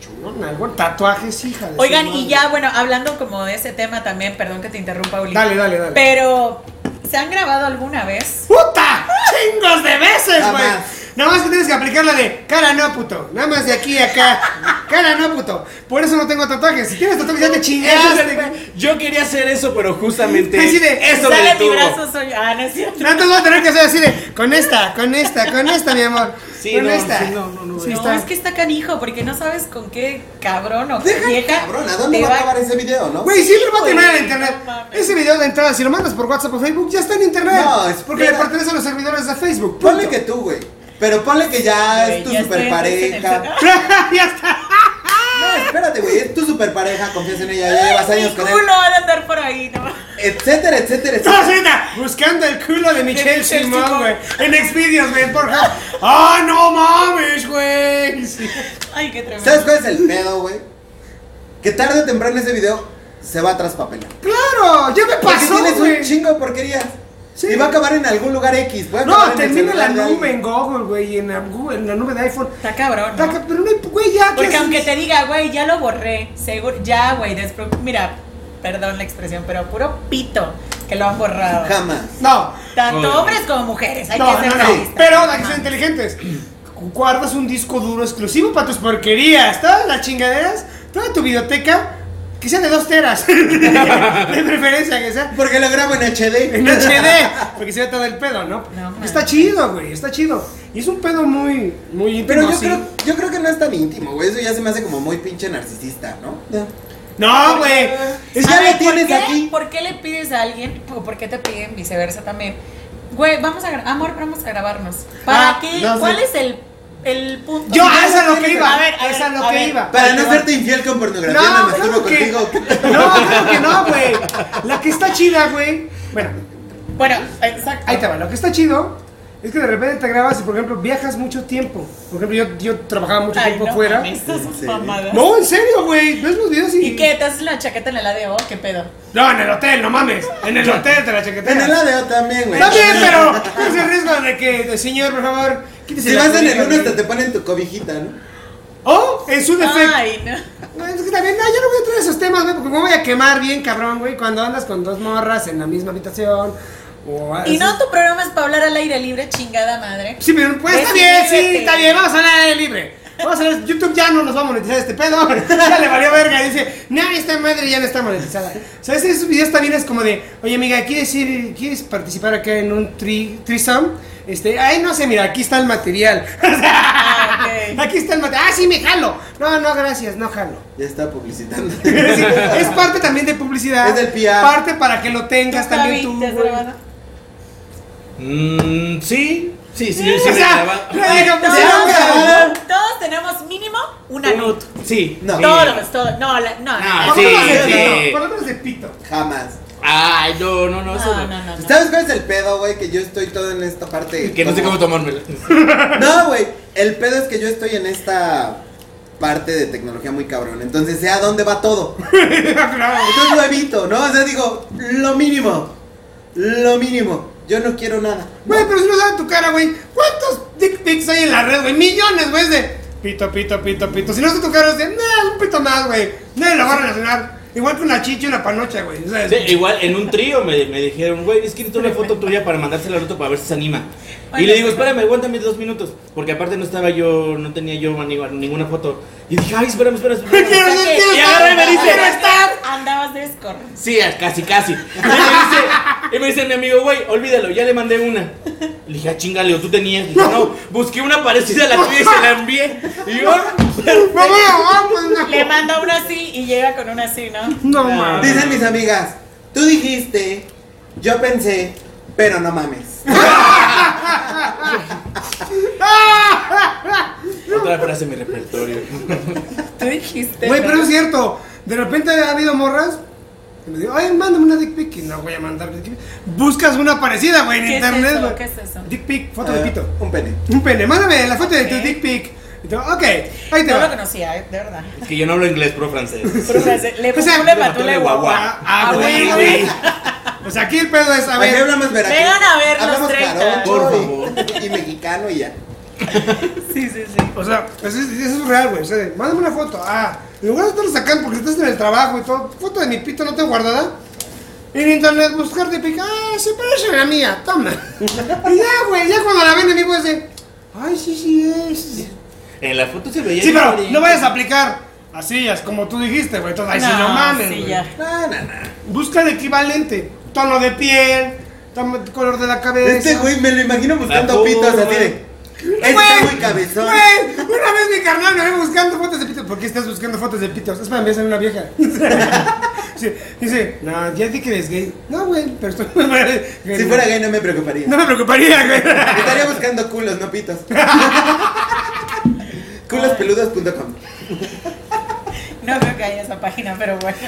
Speaker 1: Chulona, güey. Tatuajes, hija. de su
Speaker 3: Oigan, y
Speaker 1: madre.
Speaker 3: ya, bueno, hablando como de ese tema también, perdón que te interrumpa, Uli.
Speaker 1: Dale, dale, dale.
Speaker 3: Pero, ¿se han grabado alguna vez?
Speaker 1: ¡Puta! ¡Chingos de veces,
Speaker 2: Nada
Speaker 1: güey!
Speaker 2: más.
Speaker 1: Nada más que tienes que aplicar la de cara no, puto. Nada más de aquí a acá. Cara no, puto. Por eso no tengo tatuajes. Si tienes tatuajes, ya te chingaste. güey.
Speaker 4: Yo quería hacer eso, pero justamente.
Speaker 1: Así de,
Speaker 4: eso
Speaker 3: Sale
Speaker 4: del
Speaker 3: mi
Speaker 4: tubo.
Speaker 3: brazo, soy. Ah, no es cierto.
Speaker 1: No te voy a tener que hacer así de con esta, con esta, con esta, mi amor.
Speaker 4: Sí,
Speaker 1: con
Speaker 4: no,
Speaker 1: esta.
Speaker 4: sí, no, no, no,
Speaker 1: Sí,
Speaker 3: no,
Speaker 1: está.
Speaker 3: es que está canijo, porque no sabes con qué cabrón o qué
Speaker 2: Deja,
Speaker 3: vieja.
Speaker 2: cabrón, ¿a dónde
Speaker 3: te
Speaker 2: va a acabar ese video, no?
Speaker 1: Güey, siempre va a terminar en
Speaker 3: Güey,
Speaker 1: internet.
Speaker 3: no mames.
Speaker 1: Ese video de entrada, si lo mandas por WhatsApp o Facebook, ya está en internet.
Speaker 2: No, es
Speaker 1: porque le
Speaker 2: verdad.
Speaker 1: pertenece a los servidores de Facebook. punto.
Speaker 2: Ponle que tú, güey. Pero ponle que ya
Speaker 3: Güey,
Speaker 2: es tu
Speaker 3: ya estoy-
Speaker 2: super pareja.
Speaker 3: estoy
Speaker 1: ya está.
Speaker 2: No, espérate, güey. Es tu super pareja, confías en ella, ya llevas años con él.
Speaker 3: Ninguno va a andar por ahí, ¿no?
Speaker 2: Etcétera, etcétera,
Speaker 1: Todos
Speaker 2: etcétera.
Speaker 1: ahorita buscando el culo de Michelle
Speaker 3: Michelle
Speaker 1: Simón,
Speaker 3: Simón.
Speaker 1: güey. En Xvideos, güey, por favor. ¡Ah, no mames, güey! Sí.
Speaker 3: Ay, qué tremendo.
Speaker 2: ¿Sabes cuál es el pedo, güey? Que tarde o temprano ese video se va a traspapelar.
Speaker 1: ¡Claro! ¡Ya me
Speaker 2: Porque
Speaker 1: pasó,
Speaker 2: tienes un
Speaker 1: güey!
Speaker 2: chingo de porquerías.
Speaker 1: Sí.
Speaker 2: Y va a acabar en algún lugar X. va a acabar
Speaker 1: No,
Speaker 2: en el
Speaker 1: termina la
Speaker 2: celular de
Speaker 1: nube
Speaker 2: alguien.
Speaker 1: en Google, güey, y en la, Google- en la nube de iPhone.
Speaker 3: Está cabrón. ¿no?
Speaker 1: Taca, Pero no hay, güey, ya. ¿qué
Speaker 3: Porque
Speaker 1: haces?
Speaker 3: aunque te diga, güey, ya lo borré, seguro, ya, güey, despro- mira, perdón la expresión, pero puro pito que lo han borrado.
Speaker 2: Jamás.
Speaker 1: No,
Speaker 3: Tanto
Speaker 4: Oye.
Speaker 3: hombres como mujeres, hay
Speaker 1: no,
Speaker 3: que
Speaker 1: no,
Speaker 3: ser
Speaker 1: no.
Speaker 3: realistas.
Speaker 1: Pero hay que ser
Speaker 3: Ajá.
Speaker 1: inteligentes. Guardas un disco duro exclusivo para tus porquerías, todas las chingaderas, toda tu videoteca, que sea de dos teras. de preferencia que sea.
Speaker 2: Porque lo grabo en HD.
Speaker 1: En HD, porque se ve todo el pedo, ¿no?
Speaker 3: No, man.
Speaker 1: está chido, güey, está chido. Y es un pedo muy, muy íntimo.
Speaker 2: Pero yo
Speaker 1: sí.
Speaker 2: creo, yo creo que no es tan íntimo, güey. Eso ya se me hace como muy pinche narcisista, ¿no?
Speaker 1: No, güey.
Speaker 2: Es
Speaker 3: A
Speaker 2: ya
Speaker 3: ver,
Speaker 2: lo tienes
Speaker 3: ¿por qué,
Speaker 2: aquí.
Speaker 3: ¿Por qué le pides a alguien, o por qué te piden viceversa también? Güey, vamos a gra- amor, vamos a grabarnos. ¿Para
Speaker 1: Ah,
Speaker 3: qué?
Speaker 1: no sé.
Speaker 3: ¿Cuál es el, el punto?
Speaker 1: Yo,
Speaker 3: No,
Speaker 1: a esa es lo que
Speaker 3: tienes-
Speaker 1: iba.
Speaker 3: A ver, a
Speaker 1: esa es
Speaker 3: ver,
Speaker 1: lo
Speaker 3: a
Speaker 1: que
Speaker 3: ver.
Speaker 1: iba.
Speaker 2: Para no serte infiel con pornografía,
Speaker 1: No,
Speaker 2: me
Speaker 1: claro
Speaker 2: masturbo
Speaker 1: que.
Speaker 2: contigo.
Speaker 1: No, claro que no, güey. La que está chida, güey. Bueno,
Speaker 3: Bueno, exacto.
Speaker 1: ahí te va. Lo que está chido es que de repente te grabas y, por ejemplo, viajas mucho tiempo. Por ejemplo, yo, yo trabajaba mucho
Speaker 3: Ay,
Speaker 1: tiempo
Speaker 3: no,
Speaker 1: fuera.
Speaker 3: mames, esas son
Speaker 2: Sí.
Speaker 3: mamadas.
Speaker 1: No, en serio, güey. ¿Ves los videos y.?
Speaker 3: ¿Y qué? ¿Te haces la chaqueta en el ADO? ¿Qué pedo?
Speaker 1: No, en el hotel, no mames. En el hotel te la chaqueteas.
Speaker 2: En el ADO también, güey.
Speaker 1: También, pero es el riesgo de que, de, señor, por favor, quítese
Speaker 2: Si
Speaker 1: la
Speaker 2: vas en el
Speaker 1: cobija,
Speaker 2: uno hasta
Speaker 1: güey.
Speaker 2: te ponen tu cobijita, ¿no?
Speaker 1: O, en su defecto.
Speaker 3: Ay, no.
Speaker 1: No, Es que también, no, yo no voy a entrar en esos temas, güey, porque me voy a quemar bien, cabrón, güey, cuando andas con dos morras en la misma habitación. O
Speaker 3: Y
Speaker 1: así.
Speaker 3: no, tu programa es para hablar al aire libre, chingada madre.
Speaker 1: Sí, pero pues está bien,
Speaker 3: Decidete.
Speaker 1: sí, está bien, vamos a hablar de libre. Vamos a ver, YouTube ya no nos va a monetizar este pedo. Ya le valió verga. y Dice, no, esta madre ya no está monetizada. O sea, ese, ese video está bien, es como de, oye, amiga, ¿quieres ir, quieres participar acá en un tri, threesome? Este, ay, no sé, mira, aquí está el material.
Speaker 3: Ah, ok.
Speaker 1: Aquí está el material. Ah, sí, me jalo. No, no, gracias, no jalo.
Speaker 2: Ya está publicitando.
Speaker 1: Es decir, es parte también de publicidad.
Speaker 2: Es del PR.
Speaker 1: Parte para que lo tengas
Speaker 3: ¿Tú,
Speaker 1: también
Speaker 3: Javi,
Speaker 1: tú.
Speaker 3: te has
Speaker 1: güey.
Speaker 3: grabado?
Speaker 4: Mm, sí. Sí, sí, sí.
Speaker 1: O
Speaker 4: me
Speaker 1: sea,
Speaker 4: grababa.
Speaker 1: no digo, pues,
Speaker 3: Todos,
Speaker 1: sí, no,
Speaker 2: grabado.
Speaker 1: pero-
Speaker 3: tenemos- todos tenemos mínimo una
Speaker 4: Uno-
Speaker 3: nut.
Speaker 4: Sí.
Speaker 2: No.
Speaker 4: sí.
Speaker 3: Todos, todos. No, la- no,
Speaker 4: No,
Speaker 3: no.
Speaker 1: Por lo menos
Speaker 4: Sí,
Speaker 1: de
Speaker 4: sí.
Speaker 1: pito, por lo menos de pito.
Speaker 2: Jamás.
Speaker 4: Ay, no, no, no. eso
Speaker 3: No, no, no, no.
Speaker 2: ¿Sabes cuál es el pedo, güey? Que yo estoy todo en esta parte.
Speaker 4: Que no sé cómo tomármela.
Speaker 2: No, güey. El pedo es que yo estoy en esta parte de tecnología muy cabrón. Entonces sé a dónde va todo.
Speaker 1: Claro.
Speaker 2: Entonces lo evito, ¿no? O sea, digo, lo mínimo. Lo mínimo. Yo no quiero nada.
Speaker 1: Güey, pero si no saben tu cara, güey. ¿Cuántos dick pics hay en la red, güey? Millones, güey, es de pito, pito, pito, pito. Si no es tu cara, es de, nah, un pito más, güey. Nadie lo va a relacionar. Igual que una chicha y una panocha, güey. O sea,
Speaker 4: Sí, igual en un trío me, me dijeron, güey, es que necesito una foto tuya para mandársela al otro para ver si se anima. Y le digo, espérame, aguántame dos minutos. Porque aparte no estaba yo, no tenía yo ni- ninguna foto. Y dije, ay, espérame, espérame. espérame".
Speaker 1: Quiero- quiero
Speaker 4: Y agarra y me dice-
Speaker 1: quiero estar.
Speaker 3: Andabas de escorro.
Speaker 4: Sí, a- casi, casi. Y me dice, y me dice mi amigo, güey, olvídalo, ya le mandé una. Le dije, ah, chingale, tú tenías. Dije, no, busqué una parecida a la tuya y se la envié. Y yo,
Speaker 1: Me voy a vamos,
Speaker 3: Le manda una así y llega con una así, ¿no?
Speaker 1: pues, No
Speaker 4: Ah.
Speaker 1: mames.
Speaker 2: Dicen mis amigas, tú dijiste, yo pensé, pero no mames.
Speaker 4: otra frase en mi repertorio.
Speaker 3: Tú dijiste.
Speaker 1: Güey,
Speaker 3: ¿no?
Speaker 1: pero es cierto. De repente ha habido morras. que me digo, ay, mándame una dick pic. Y no voy a mandar dick pic. Buscas una parecida, güey, en
Speaker 3: ¿Qué es
Speaker 1: internet.
Speaker 3: eso?
Speaker 1: güey.
Speaker 3: ¿Qué es eso?
Speaker 1: Dick pic, foto de
Speaker 2: Ah,
Speaker 1: pito.
Speaker 2: Un pene.
Speaker 1: Un pene, mándame la foto de tu
Speaker 3: Ok.
Speaker 1: dick pic. Y te- ok, ahí te
Speaker 3: No lo
Speaker 1: va.
Speaker 3: conocía, eh, de verdad.
Speaker 4: Es que yo no hablo inglés, pro francés.
Speaker 3: Pero, o sea, se- le
Speaker 1: O sea,
Speaker 3: le
Speaker 1: le
Speaker 4: mató
Speaker 3: matule
Speaker 4: la
Speaker 3: guagua.
Speaker 4: guagua.
Speaker 1: Ah, ah,
Speaker 3: Ah,
Speaker 1: güey,
Speaker 3: güey,
Speaker 1: güey.
Speaker 3: güey.
Speaker 1: Pues aquí el pedo es, a
Speaker 2: Aquí
Speaker 1: ver.
Speaker 2: hablamos veracruz.
Speaker 3: Vengan a ver los
Speaker 2: Hablamos
Speaker 3: 30.
Speaker 2: jarocho
Speaker 4: Por
Speaker 2: y-
Speaker 4: favor.
Speaker 2: Y, mexicano y ya.
Speaker 3: Sí, sí, sí.
Speaker 1: O sea, pues es- eso es real, güey. O sea, mándame una foto. Ah, en lugar de estarlo sacando porque estás en el trabajo y todo. Foto de mi pito no tengo guardada. En internet buscar de pic. Ah, se parece a la mía. Toma. Y ya, güey. Ya cuando la ven en vivo dice. Ay, sí, sí es.
Speaker 4: En la foto se veía.
Speaker 1: Sí, pero
Speaker 4: diferente.
Speaker 1: no vayas a aplicar. Así es, como tú dijiste, güey. Entonces, ahí sí Pues no mames.
Speaker 3: sí,
Speaker 1: güey.
Speaker 3: ya.
Speaker 2: No, no, no.
Speaker 1: Busca el equivalente. Tono de piel, tono- color de la cabeza.
Speaker 2: Este güey me lo imagino buscando
Speaker 4: La
Speaker 2: pitos así
Speaker 4: curva.
Speaker 2: de.
Speaker 1: Güey,
Speaker 2: Está muy cabezón.
Speaker 1: güey, una vez mi carnal me ve buscando fotos de pitos. ¿Por qué estás buscando fotos de pitos? Es para mí, es una vieja. Sí, dice, no, ya di que eres gay. No, güey, pero estoy...
Speaker 2: Si fuera gay no me preocuparía.
Speaker 1: No me preocuparía, güey.
Speaker 2: Estaría buscando culos, no pitos. Culospeludos.com.
Speaker 3: No creo que haya esa página, pero bueno.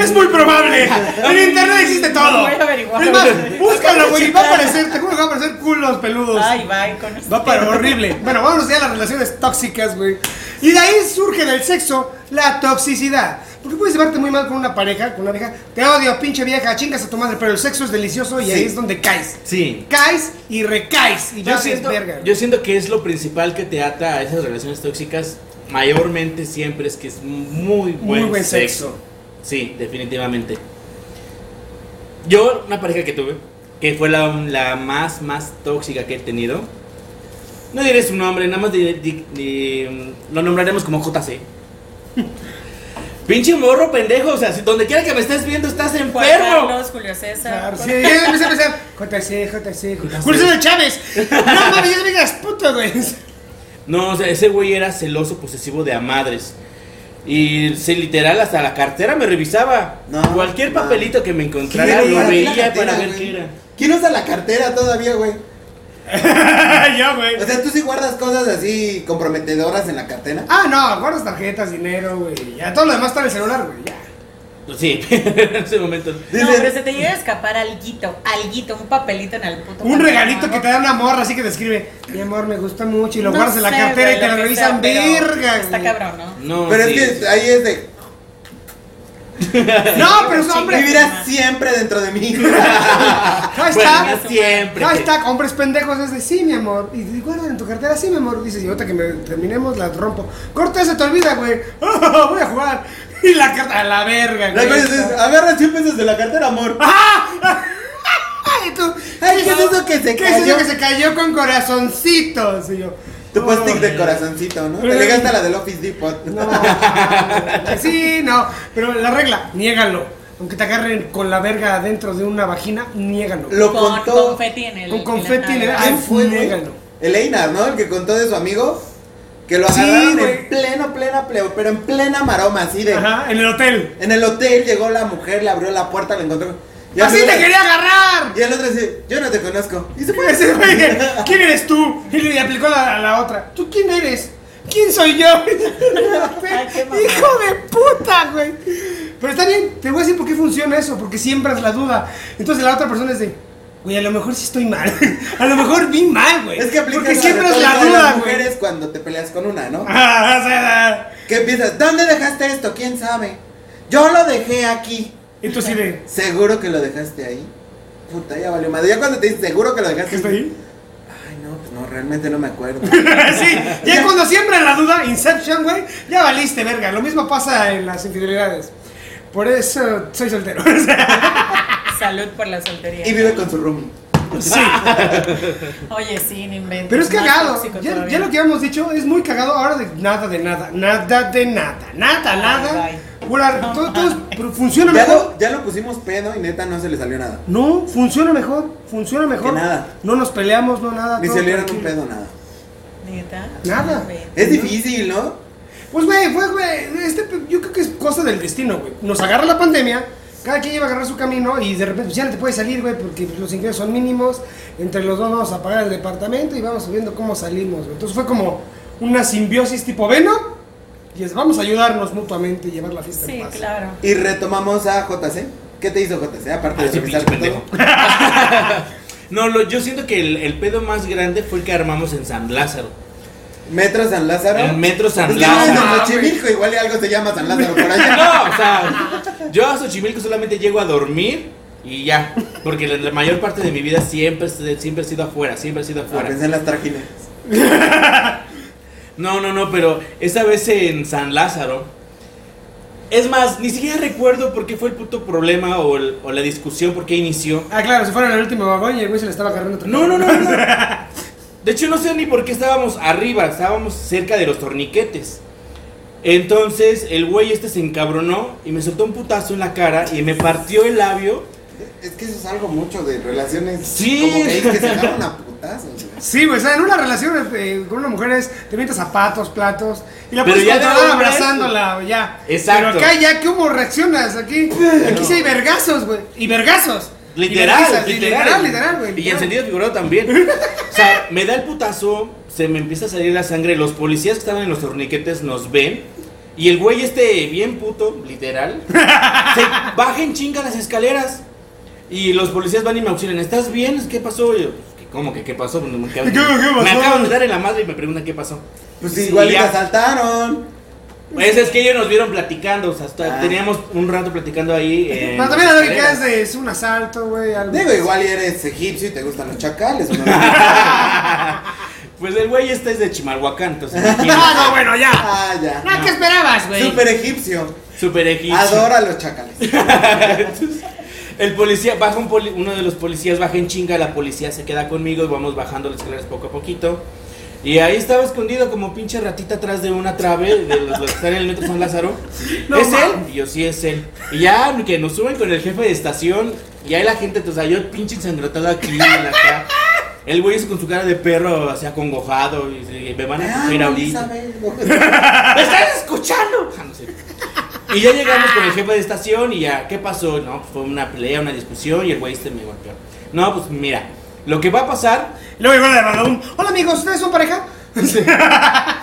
Speaker 1: Es muy probable. En internet existe todo.
Speaker 3: Voy a averiguar.
Speaker 1: Es más, búscalo, güey, y va a aparecer, te juro que va a aparecer culos peludos.
Speaker 3: Ay, bye, con usted.
Speaker 1: Va para horrible. Bueno, vámonos ya a las relaciones tóxicas, güey. Y de ahí surge del sexo la toxicidad. Porque puedes llevarte muy mal con una pareja, con una vieja. Te odio, pinche vieja, chingas a tu madre, pero el sexo es delicioso y ahí
Speaker 2: Sí.
Speaker 1: es donde caes.
Speaker 4: Sí.
Speaker 1: Caes y recaes. Y
Speaker 4: Yo
Speaker 1: vales
Speaker 4: siento,
Speaker 1: verga.
Speaker 4: yo siento que es lo principal que te ata a esas relaciones tóxicas. Mayormente siempre es que es muy buen,
Speaker 1: muy buen
Speaker 4: sexo.
Speaker 1: sexo.
Speaker 4: Sí, definitivamente. Yo, una pareja que tuve, que fue la, la más, más tóxica que he tenido. No diré su nombre, nada más diré- di- di- lo nombraremos como JC. Pinche morro pendejo, o sea, si donde quiera que me estés viendo estás
Speaker 3: Juan
Speaker 4: enfermo.
Speaker 3: Carlos, Julio César.
Speaker 1: Claro, sí, ya empecé a pensar, JC, JC, JC. Julio César Chávez. No mames, ya se me digas puto, güey.
Speaker 4: No, o sea, ese güey era celoso, posesivo de a madres. Y se literal hasta la cartera me revisaba.
Speaker 2: No,
Speaker 4: Cualquier
Speaker 2: no.
Speaker 4: papelito que me encontrara
Speaker 2: ¿Quién usa
Speaker 4: lo
Speaker 2: la
Speaker 4: veía
Speaker 2: cartera,
Speaker 4: para ver
Speaker 2: güey?
Speaker 4: qué era.
Speaker 2: ¿Quién usa la cartera todavía, güey?
Speaker 1: ya, güey.
Speaker 2: O sea, tú sí guardas cosas así comprometedoras en la cartera.
Speaker 1: Ah, no, guardas tarjetas, dinero, güey. Ya todo lo demás está en el celular, güey. Ya.
Speaker 4: Sí, en ese momento.
Speaker 3: No,
Speaker 2: Dice-
Speaker 3: pero se te llega a escapar alguito, alguito, un papelito en el puto.
Speaker 1: Un
Speaker 3: pantalón,
Speaker 1: regalito
Speaker 3: ¿no?
Speaker 1: que te da una morra así que te escribe, mi amor, me gusta mucho, y lo
Speaker 3: No
Speaker 1: guardas en la
Speaker 3: sé,
Speaker 1: cartera
Speaker 3: güey,
Speaker 1: y te
Speaker 3: lo
Speaker 1: lo
Speaker 3: que
Speaker 1: revisan,
Speaker 3: sea, pero
Speaker 1: verga.
Speaker 3: Está
Speaker 1: güey.
Speaker 3: cabrón, ¿no?
Speaker 4: No,
Speaker 2: Pero
Speaker 4: sí.
Speaker 2: es que ah, ahí es de.
Speaker 1: No, pero es hombre.
Speaker 2: Vivirás siempre dentro de mí.
Speaker 1: Hashtag,
Speaker 4: Bueno, siempre.
Speaker 1: hashtag, hombres pendejos es de sí, mi amor. Y te guardan en tu cartera, sí, mi amor. Dices, y ahorita que me terminemos, la rompo. Corta, se te olvida, güey. "Oh, voy a jugar. Y la carta a la verga,
Speaker 2: La
Speaker 1: güey.
Speaker 2: cosa es, agarra 100 pesos de la cartera, amor.
Speaker 1: Ay, tú,
Speaker 2: Ay, ¿qué es eso que se
Speaker 1: ¿Qué es eso
Speaker 2: cayó?
Speaker 1: que se cayó con corazoncitos? Y yo,
Speaker 2: Tu post-it de
Speaker 4: Oh.
Speaker 2: corazoncito, ¿no? Te gasta la del Office Depot.
Speaker 1: No, sí, no, pero la regla, niégalo. Aunque te agarren con la verga adentro de una vagina, niégalo.
Speaker 2: Lo
Speaker 3: con
Speaker 2: contó.
Speaker 3: confeti en el.
Speaker 1: Con confeti en el-
Speaker 3: en la-
Speaker 1: Ay,
Speaker 2: ¿Quién fue, güey?
Speaker 1: niégalo.
Speaker 2: El Einar, ¿no? El que contó de su amigo. Que lo
Speaker 1: Sí,
Speaker 2: agarraron
Speaker 1: güey.
Speaker 2: en pleno, plena, pleo, pero en plena maroma, así de.
Speaker 1: Ajá, en el hotel.
Speaker 2: En el hotel llegó la mujer, le abrió la puerta, la encontró. Y
Speaker 1: ¡Así
Speaker 2: el
Speaker 1: te
Speaker 2: otro-
Speaker 1: quería agarrar!
Speaker 2: Y el otro dice, yo no te conozco. Y se fue.
Speaker 1: Ese güey, ¿Quién eres tú? Y le aplicó la- a la, otra. ¿Tú quién eres? ¿Quién soy yo?
Speaker 3: qué mamada.
Speaker 1: Hijo de puta, güey. Pero está bien, te voy a decir por qué funciona eso, porque siembras la duda. Entonces la otra persona es de, güey, a lo mejor sí estoy mal. A lo mejor vi mal, güey.
Speaker 2: Es que aplicas
Speaker 1: Porque
Speaker 2: la
Speaker 1: siembras
Speaker 2: retórica
Speaker 1: la
Speaker 2: de
Speaker 1: duda,
Speaker 2: las
Speaker 1: güey.
Speaker 2: mujeres cuando te peleas con una, ¿no?
Speaker 1: Ah, o sea,
Speaker 2: Que piensas, ¿dónde dejaste esto? ¿Quién sabe? Yo lo dejé aquí.
Speaker 1: y tú sí de,
Speaker 2: ¿Seguro que lo dejaste ahí? Puta, ya valió madre. Ya cuando te dicen, ¿seguro que lo
Speaker 1: ¿qué
Speaker 2: dejaste
Speaker 1: está ahí?
Speaker 2: Ay, no, pues no, realmente no me acuerdo.
Speaker 1: sí, ya cuando siembra la duda, Inception, güey, ya valiste, verga. Lo mismo pasa en las infidelidades. Por eso soy soltero.
Speaker 3: Salud por la soltería.
Speaker 2: Y vive con su roomie.
Speaker 1: sí.
Speaker 3: Oye, sí, no inventes.
Speaker 1: Pero es
Speaker 3: más
Speaker 1: cagado.
Speaker 3: tóxico
Speaker 1: Ya,
Speaker 3: todavía.
Speaker 1: ya lo que habíamos dicho es muy cagado ahora de nada de nada. Nada de nada. Nada,
Speaker 3: Ay,
Speaker 1: nada.
Speaker 3: ay.
Speaker 1: Pura-
Speaker 3: No
Speaker 1: todo, todo
Speaker 3: mames.
Speaker 1: pro- funciona
Speaker 2: Ya
Speaker 1: mejor.
Speaker 2: lo, ya lo pusimos pedo y neta no se le salió nada.
Speaker 1: No, funciona mejor. Funciona mejor.
Speaker 2: Que nada.
Speaker 1: No nos peleamos, no nada.
Speaker 2: Ni
Speaker 1: todo
Speaker 2: se le dieron un
Speaker 1: tranquilo.
Speaker 2: pedo nada.
Speaker 3: Neta.
Speaker 1: Nada.
Speaker 2: Es difícil, ¿no?
Speaker 1: Pues, güey, fue, güey. Este, yo creo que es cosa del destino, güey. Nos agarra la pandemia. Cada quien lleva a agarrar su camino y de repente pues, ya no te puede salir, güey, porque pues, los ingresos son mínimos. Entre los dos vamos a pagar el departamento y vamos viendo cómo salimos, güey. Entonces fue como una simbiosis tipo Venom y es, vamos a ayudarnos mutuamente y llevar la fiesta en
Speaker 3: Sí,
Speaker 1: paz.
Speaker 3: claro.
Speaker 2: Y retomamos a JC. ¿Qué te hizo JC? Aparte
Speaker 4: Ah,
Speaker 2: de
Speaker 4: sí,
Speaker 2: revisar
Speaker 4: pinche pendejo. No, lo- yo siento que el, el pedo más grande fue el que armamos en San Lázaro.
Speaker 2: Metro San Lázaro.
Speaker 4: El Metro San
Speaker 2: Es que
Speaker 4: Lázaro.
Speaker 2: no, en
Speaker 1: güey.
Speaker 2: Xochimilco igual y algo se llama San Lázaro por allá.
Speaker 4: No, o sea, yo a Xochimilco solamente llego a dormir y ya. Porque la, la mayor parte de mi vida siempre, siempre he sido afuera, siempre he sido
Speaker 2: Ah,
Speaker 4: afuera.
Speaker 2: pensé en las trajinas.
Speaker 4: No, no, no, pero esta vez en San Lázaro. Es más, ni siquiera recuerdo por qué fue el puto problema o, el- o la discusión, por qué inició.
Speaker 1: Ah, claro, se fueron al último vagón y el güey se le estaba agarrando otro
Speaker 4: No, no, no, no. no. De hecho, no sé ni por qué estábamos arriba, estábamos cerca de los torniquetes. Entonces, el güey este se encabronó y me soltó un putazo en la cara y me partió el labio.
Speaker 2: Es que eso es algo mucho de relaciones.
Speaker 4: Sí.
Speaker 2: Como que, es que se agarran a putazos. güey.
Speaker 1: Sí, güey, o sea, en una relación eh, con una mujer es, te metes zapatos, platos, y la
Speaker 4: Pero
Speaker 1: puedes
Speaker 4: ya de
Speaker 1: controlar
Speaker 4: hombres.
Speaker 1: abrazándola, ya.
Speaker 4: Exacto.
Speaker 1: Pero acá ya, ¿cómo reaccionas? Aquí, aquí sí hay vergazos, güey, y vergazos. Y
Speaker 4: Literal,
Speaker 1: vergazas, y
Speaker 4: literal,
Speaker 1: literal, literal, güey.
Speaker 4: Y en
Speaker 1: literal.
Speaker 4: sentido figurado también. O sea, me da el putazo, se me empieza a salir la sangre. Los policías que estaban en los torniquetes nos ven. Y el güey este, bien puto, literal, se baja en chinga las escaleras. Y los policías van y me auxilian. ¿Estás bien? ¿Qué pasó? Y yo, "Pues, "¿Qué- ¿Cómo que qué pasó? Pues, Me, acaban-
Speaker 1: ¿Qué- qué
Speaker 4: me
Speaker 1: pasó?
Speaker 4: acaban de dar en la madre y me preguntan qué pasó.
Speaker 2: Pues
Speaker 4: Sí,
Speaker 2: igual y
Speaker 4: ya.
Speaker 2: la asaltaron.
Speaker 4: Pues es que ellos nos vieron platicando. O sea, hasta
Speaker 2: Ah.
Speaker 4: teníamos un rato platicando ahí. en
Speaker 1: Pero también a
Speaker 4: las
Speaker 1: ver qué
Speaker 4: escaleras.
Speaker 1: es, de- es un asalto, güey, algo.
Speaker 2: Digo, igual y eres egipcio y te gustan los chacales. ¿o no?
Speaker 4: Pues el güey este es de Chimalhuacán, entonces.
Speaker 1: Ah, no, bueno, ya.
Speaker 2: ah, ya.
Speaker 1: No, ¿qué esperabas, güey?
Speaker 2: Super egipcio.
Speaker 4: Super egipcio.
Speaker 2: Adora los chacales.
Speaker 4: El policía, baja un poli- uno de los policías baja en chinga, la policía se queda conmigo y vamos bajando las escaleras poco a poquito. Y ahí estaba escondido como pinche ratita atrás de una trave de los, los que están en el metro San Lázaro.
Speaker 1: No
Speaker 4: ¿Es
Speaker 1: mames.
Speaker 4: él? Y yo sí es él. Y ya que nos suben con el jefe de estación y ahí la gente, o sea, yo pinche ensangrentado aquí, en la cara. El güey es con su cara de perro, así acongojado, y, y me van a
Speaker 2: Ah,
Speaker 4: coger
Speaker 2: no,
Speaker 4: ahorita.
Speaker 2: Isabel.
Speaker 4: ¡Me están escuchando! Ah, no sé. Y ya llegamos con el jefe de estación y ya, ¿qué pasó? No, pues fue una pelea, una discusión y el güey este me golpeó. No, pues mira, lo que va a pasar.
Speaker 1: Luego igual de balón. Hola, amigos, ¿ustedes son pareja?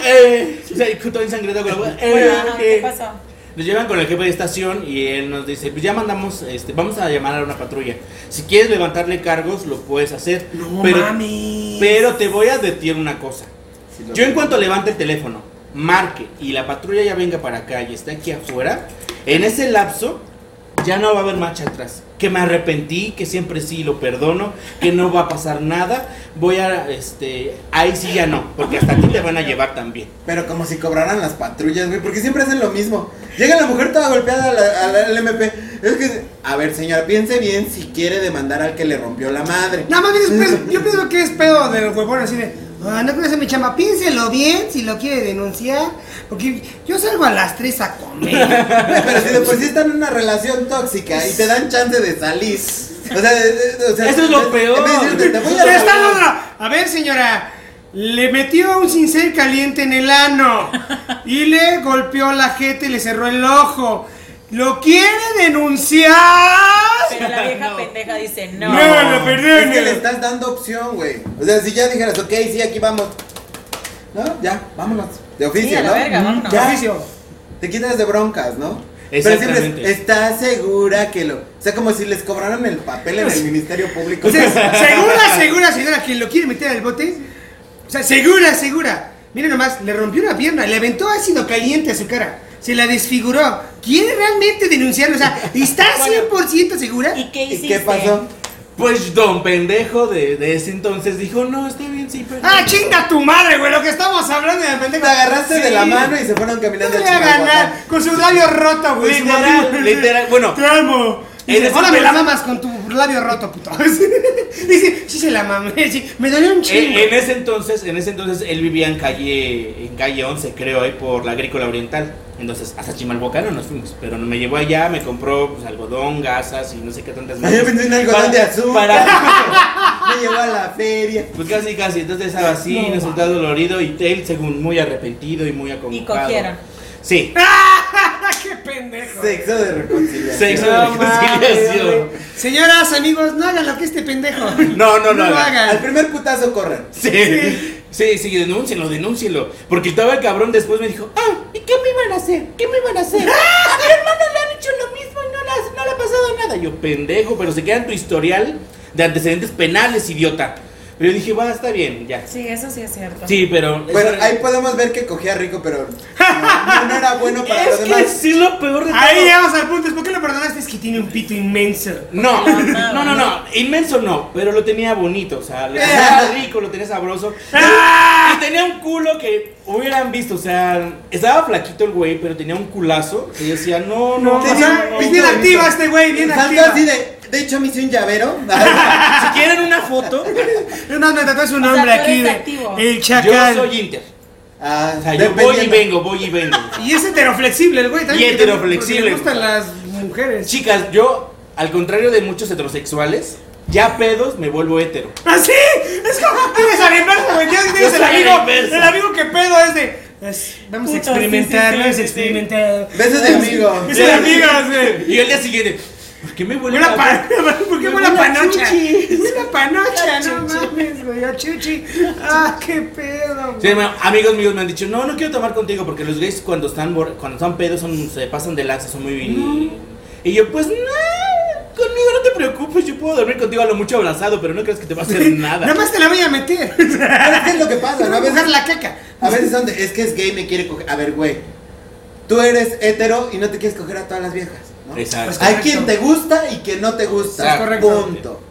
Speaker 4: Eh, o sea, todo ensangrentado con la boca, eh,
Speaker 3: Bueno, ajá, ¿Qué
Speaker 4: eh.
Speaker 3: pasó?
Speaker 4: Nos llevan con el jefe de estación y él nos dice, pues ya mandamos, este, vamos a llamar a una patrulla. Si quieres levantarle cargos, lo puedes hacer.
Speaker 1: No
Speaker 4: pero,
Speaker 1: mames.
Speaker 4: pero te voy a advertir una cosa. Yo en cuanto levante el teléfono, marque y la patrulla ya venga para acá y esté aquí afuera, en ese lapso ya no va a haber marcha atrás. Que me arrepentí, que siempre sí lo perdono, que no va a pasar nada. Voy a, este, ahí sí ya no, porque hasta aquí te van a llevar también.
Speaker 2: Pero como si cobraran las patrullas, güey, porque siempre hacen lo mismo. Llega la mujer toda golpeada a la- a la- al MP. Es que, a ver, señora, piense bien si quiere demandar al que le rompió la madre.
Speaker 1: Nada más bien es pedo- yo pienso que es pedo del huevón así de, ah, no conoce mi chamba, piénselo bien si lo quiere denunciar, porque yo salgo a las 3 a comer.
Speaker 2: Pero si después
Speaker 4: pues,
Speaker 2: sí están en una relación tóxica y te dan chance de salir. O sea, de- de- o sea,
Speaker 4: Eso es lo
Speaker 2: en vez de
Speaker 4: peor.
Speaker 2: decirte, "Te voy a
Speaker 1: Pero está
Speaker 2: regalar".
Speaker 1: la otra. A ver, señora, le metió un cincel caliente en el ano y le golpeó la jeta y le cerró el ojo. ¿Lo quiere denunciar?
Speaker 3: Pero la vieja pendeja dice no.
Speaker 1: No, no,
Speaker 2: Es que le
Speaker 1: perdón.
Speaker 2: estás dando opción, güey. O sea, si ya dijeras, ok, sí, aquí vamos. No, ya, vámonos. De
Speaker 3: Sí,
Speaker 2: oficio,
Speaker 3: a la
Speaker 2: ¿no?
Speaker 3: verga, vámonos.
Speaker 2: Ya.
Speaker 1: Oficio.
Speaker 2: Te quitas de broncas, ¿no?
Speaker 4: Exactamente.
Speaker 2: Pero siempre es, ¿estás segura que lo.? O sea, como si les cobraran el papel en el Ministerio Público.
Speaker 4: Pues
Speaker 1: Entonces, segura, segura, señora, que lo quiere meter al bote. O sea, segura, segura. Mira nomás, le rompió una pierna, le aventó ácido caliente a su cara, se la desfiguró. ¿Quiere realmente denunciarlo? O sea, ¿está
Speaker 3: Bueno.
Speaker 1: 100% segura?
Speaker 3: ¿Y qué
Speaker 2: ¿Y
Speaker 3: hiciste?
Speaker 2: qué pasó?
Speaker 4: Pues don pendejo de, de ese entonces dijo, no, está bien. sí, pero.
Speaker 1: ¡Ah, chinga tu madre, güey! Lo que estamos hablando de repente.
Speaker 2: Te agarraste de la mano y se fueron
Speaker 1: Te
Speaker 2: caminando
Speaker 1: voy
Speaker 4: Pues
Speaker 2: a
Speaker 1: a ganar con su labio roto, güey.
Speaker 4: Literal, literal. Bueno,
Speaker 1: Te amo. Y
Speaker 4: En
Speaker 1: dice,
Speaker 4: ese
Speaker 1: ahora me la
Speaker 4: entonces-
Speaker 1: mamas con tu labio roto, puto. Dice, sí se la mamé, sí. Me dolió un chingo.
Speaker 4: Eh, en ese entonces, en ese entonces él vivía en calle, en calle 11, creo, ahí por la agrícola oriental. Entonces, hasta Chimalhuacano nos fuimos, pero me llevó allá, me compró pues, algodón, gasas y no sé qué tantas
Speaker 2: Ah, yo pensé en algodón
Speaker 4: Para-
Speaker 2: de azúcar.
Speaker 4: para-
Speaker 2: Me llevó a la feria.
Speaker 4: pues casi, casi. Entonces estaba así,
Speaker 1: No,
Speaker 4: resultado dolorido y él, según muy arrepentido y muy
Speaker 3: Y
Speaker 4: acongojado.
Speaker 3: cogieron.
Speaker 4: Sí.
Speaker 1: ¡Ah, qué pendejo!
Speaker 2: Sexo de reconciliación.
Speaker 4: Sexo.
Speaker 1: No mames,
Speaker 4: Reconciliación.
Speaker 1: güey. Señoras, amigos, no hagan lo que este pendejo.
Speaker 4: No, no, no.
Speaker 1: No lo
Speaker 4: haga.
Speaker 1: haga.
Speaker 2: Al primer putazo corren.
Speaker 4: Sí. Sí, sí, denúncienlo, denúncienlo. Porque estaba el cabrón después me dijo, ah, ¿y qué me iban a hacer? ¿Qué me iban a hacer? A mi hermana le han hecho lo mismo y no le, has- no le ha pasado nada. Yo, pendejo, pero se queda en tu historial de antecedentes penales, idiota. Pero yo dije, va, está bien, ya.
Speaker 3: Sí, eso sí es cierto.
Speaker 4: Sí, pero.
Speaker 2: Bueno,
Speaker 4: eso-
Speaker 2: ahí podemos ver que cogía rico, pero no, no era bueno para
Speaker 4: Es
Speaker 2: los
Speaker 4: que
Speaker 2: demás.
Speaker 4: sí, lo peor de todo.
Speaker 1: Ahí llegamos al punto. es, ¿Por qué lo perdonaste? Es que tiene un pito inmenso.
Speaker 4: No,
Speaker 3: No,
Speaker 4: no,
Speaker 3: no,
Speaker 4: no, no, inmenso no, pero lo tenía bonito, o sea, lo tenía rico, lo tenía sabroso. Y tenía un culo que hubieran visto, o sea, estaba flaquito el güey, pero tenía un culazo que yo decía, no, no,
Speaker 1: O
Speaker 4: no,
Speaker 1: sea,
Speaker 4: no,
Speaker 1: es
Speaker 4: no,
Speaker 1: bien
Speaker 4: no.
Speaker 1: activa este güey, bien
Speaker 2: Faltó
Speaker 1: activa.
Speaker 2: así de. De hecho, me hice un llavero.
Speaker 4: Si quieren una foto,
Speaker 1: Es más, me tatué su
Speaker 3: sea,
Speaker 1: nombre
Speaker 3: tú
Speaker 1: aquí.
Speaker 3: eres
Speaker 1: de-
Speaker 3: activo.
Speaker 1: el
Speaker 4: yo
Speaker 1: chacal.
Speaker 4: soy Inter.
Speaker 2: Ah,
Speaker 4: O sea, yo voy y
Speaker 2: dependiendo.
Speaker 4: vengo, voy y vengo.
Speaker 1: Y es heteroflexible el güey también.
Speaker 4: Y
Speaker 1: porque-
Speaker 4: heteroflexible.
Speaker 1: porque Le gustan las mujeres.
Speaker 4: Chicas, yo, al contrario de muchos heterosexuales, ya pedos me vuelvo hetero.
Speaker 1: ¡Así! ¿Ah, Es como tú eres al inverso, güey. Ya
Speaker 4: Yo
Speaker 1: tienes
Speaker 4: soy
Speaker 1: el
Speaker 4: al
Speaker 1: amigo.
Speaker 4: inverso.
Speaker 1: El amigo que pedo es de. es- vamos a
Speaker 3: Puto,
Speaker 1: experimentar,
Speaker 3: sí, sí,
Speaker 1: vamos a
Speaker 3: sí,
Speaker 1: experimentar.
Speaker 2: Besos de amigo.
Speaker 1: Es de amigos, güey.
Speaker 4: Y el día siguiente, ¿por qué me vuelvo
Speaker 1: Una pa- ¿Por qué
Speaker 4: Me
Speaker 1: huele a
Speaker 4: huele a
Speaker 1: panocha?
Speaker 4: chuchi.
Speaker 1: Huele a panocha,
Speaker 3: A
Speaker 1: no
Speaker 3: chuchi.
Speaker 1: mames, güey. A chuchi. ¡Ah, qué pedo,
Speaker 4: Sí,
Speaker 1: güey!
Speaker 4: me- amigos míos me han dicho, no, no quiero tomar contigo porque los gays cuando están bor- cuando están pedos son, se pasan de lanza, son muy... Y yo, pues no, conmigo no te preocupes, yo puedo dormir contigo a lo mucho abrazado, pero no crees que te va a hacer
Speaker 1: Nada
Speaker 4: nada.
Speaker 1: más te la voy a meter. Te
Speaker 2: Pero es que es lo que pasa,
Speaker 1: voy
Speaker 2: ¿no?
Speaker 1: a
Speaker 2: A veces,
Speaker 1: mojar la caca.
Speaker 2: a veces son de, es que es gay, me quiere coger. A ver, güey. Tú eres hetero y no te quieres coger a todas las viejas. ¿no?
Speaker 4: Exacto.
Speaker 1: Pues,
Speaker 2: Hay
Speaker 1: correcto.
Speaker 2: quien te gusta y quien no te gusta.
Speaker 4: Es
Speaker 1: correcto.
Speaker 2: Punto. Pues,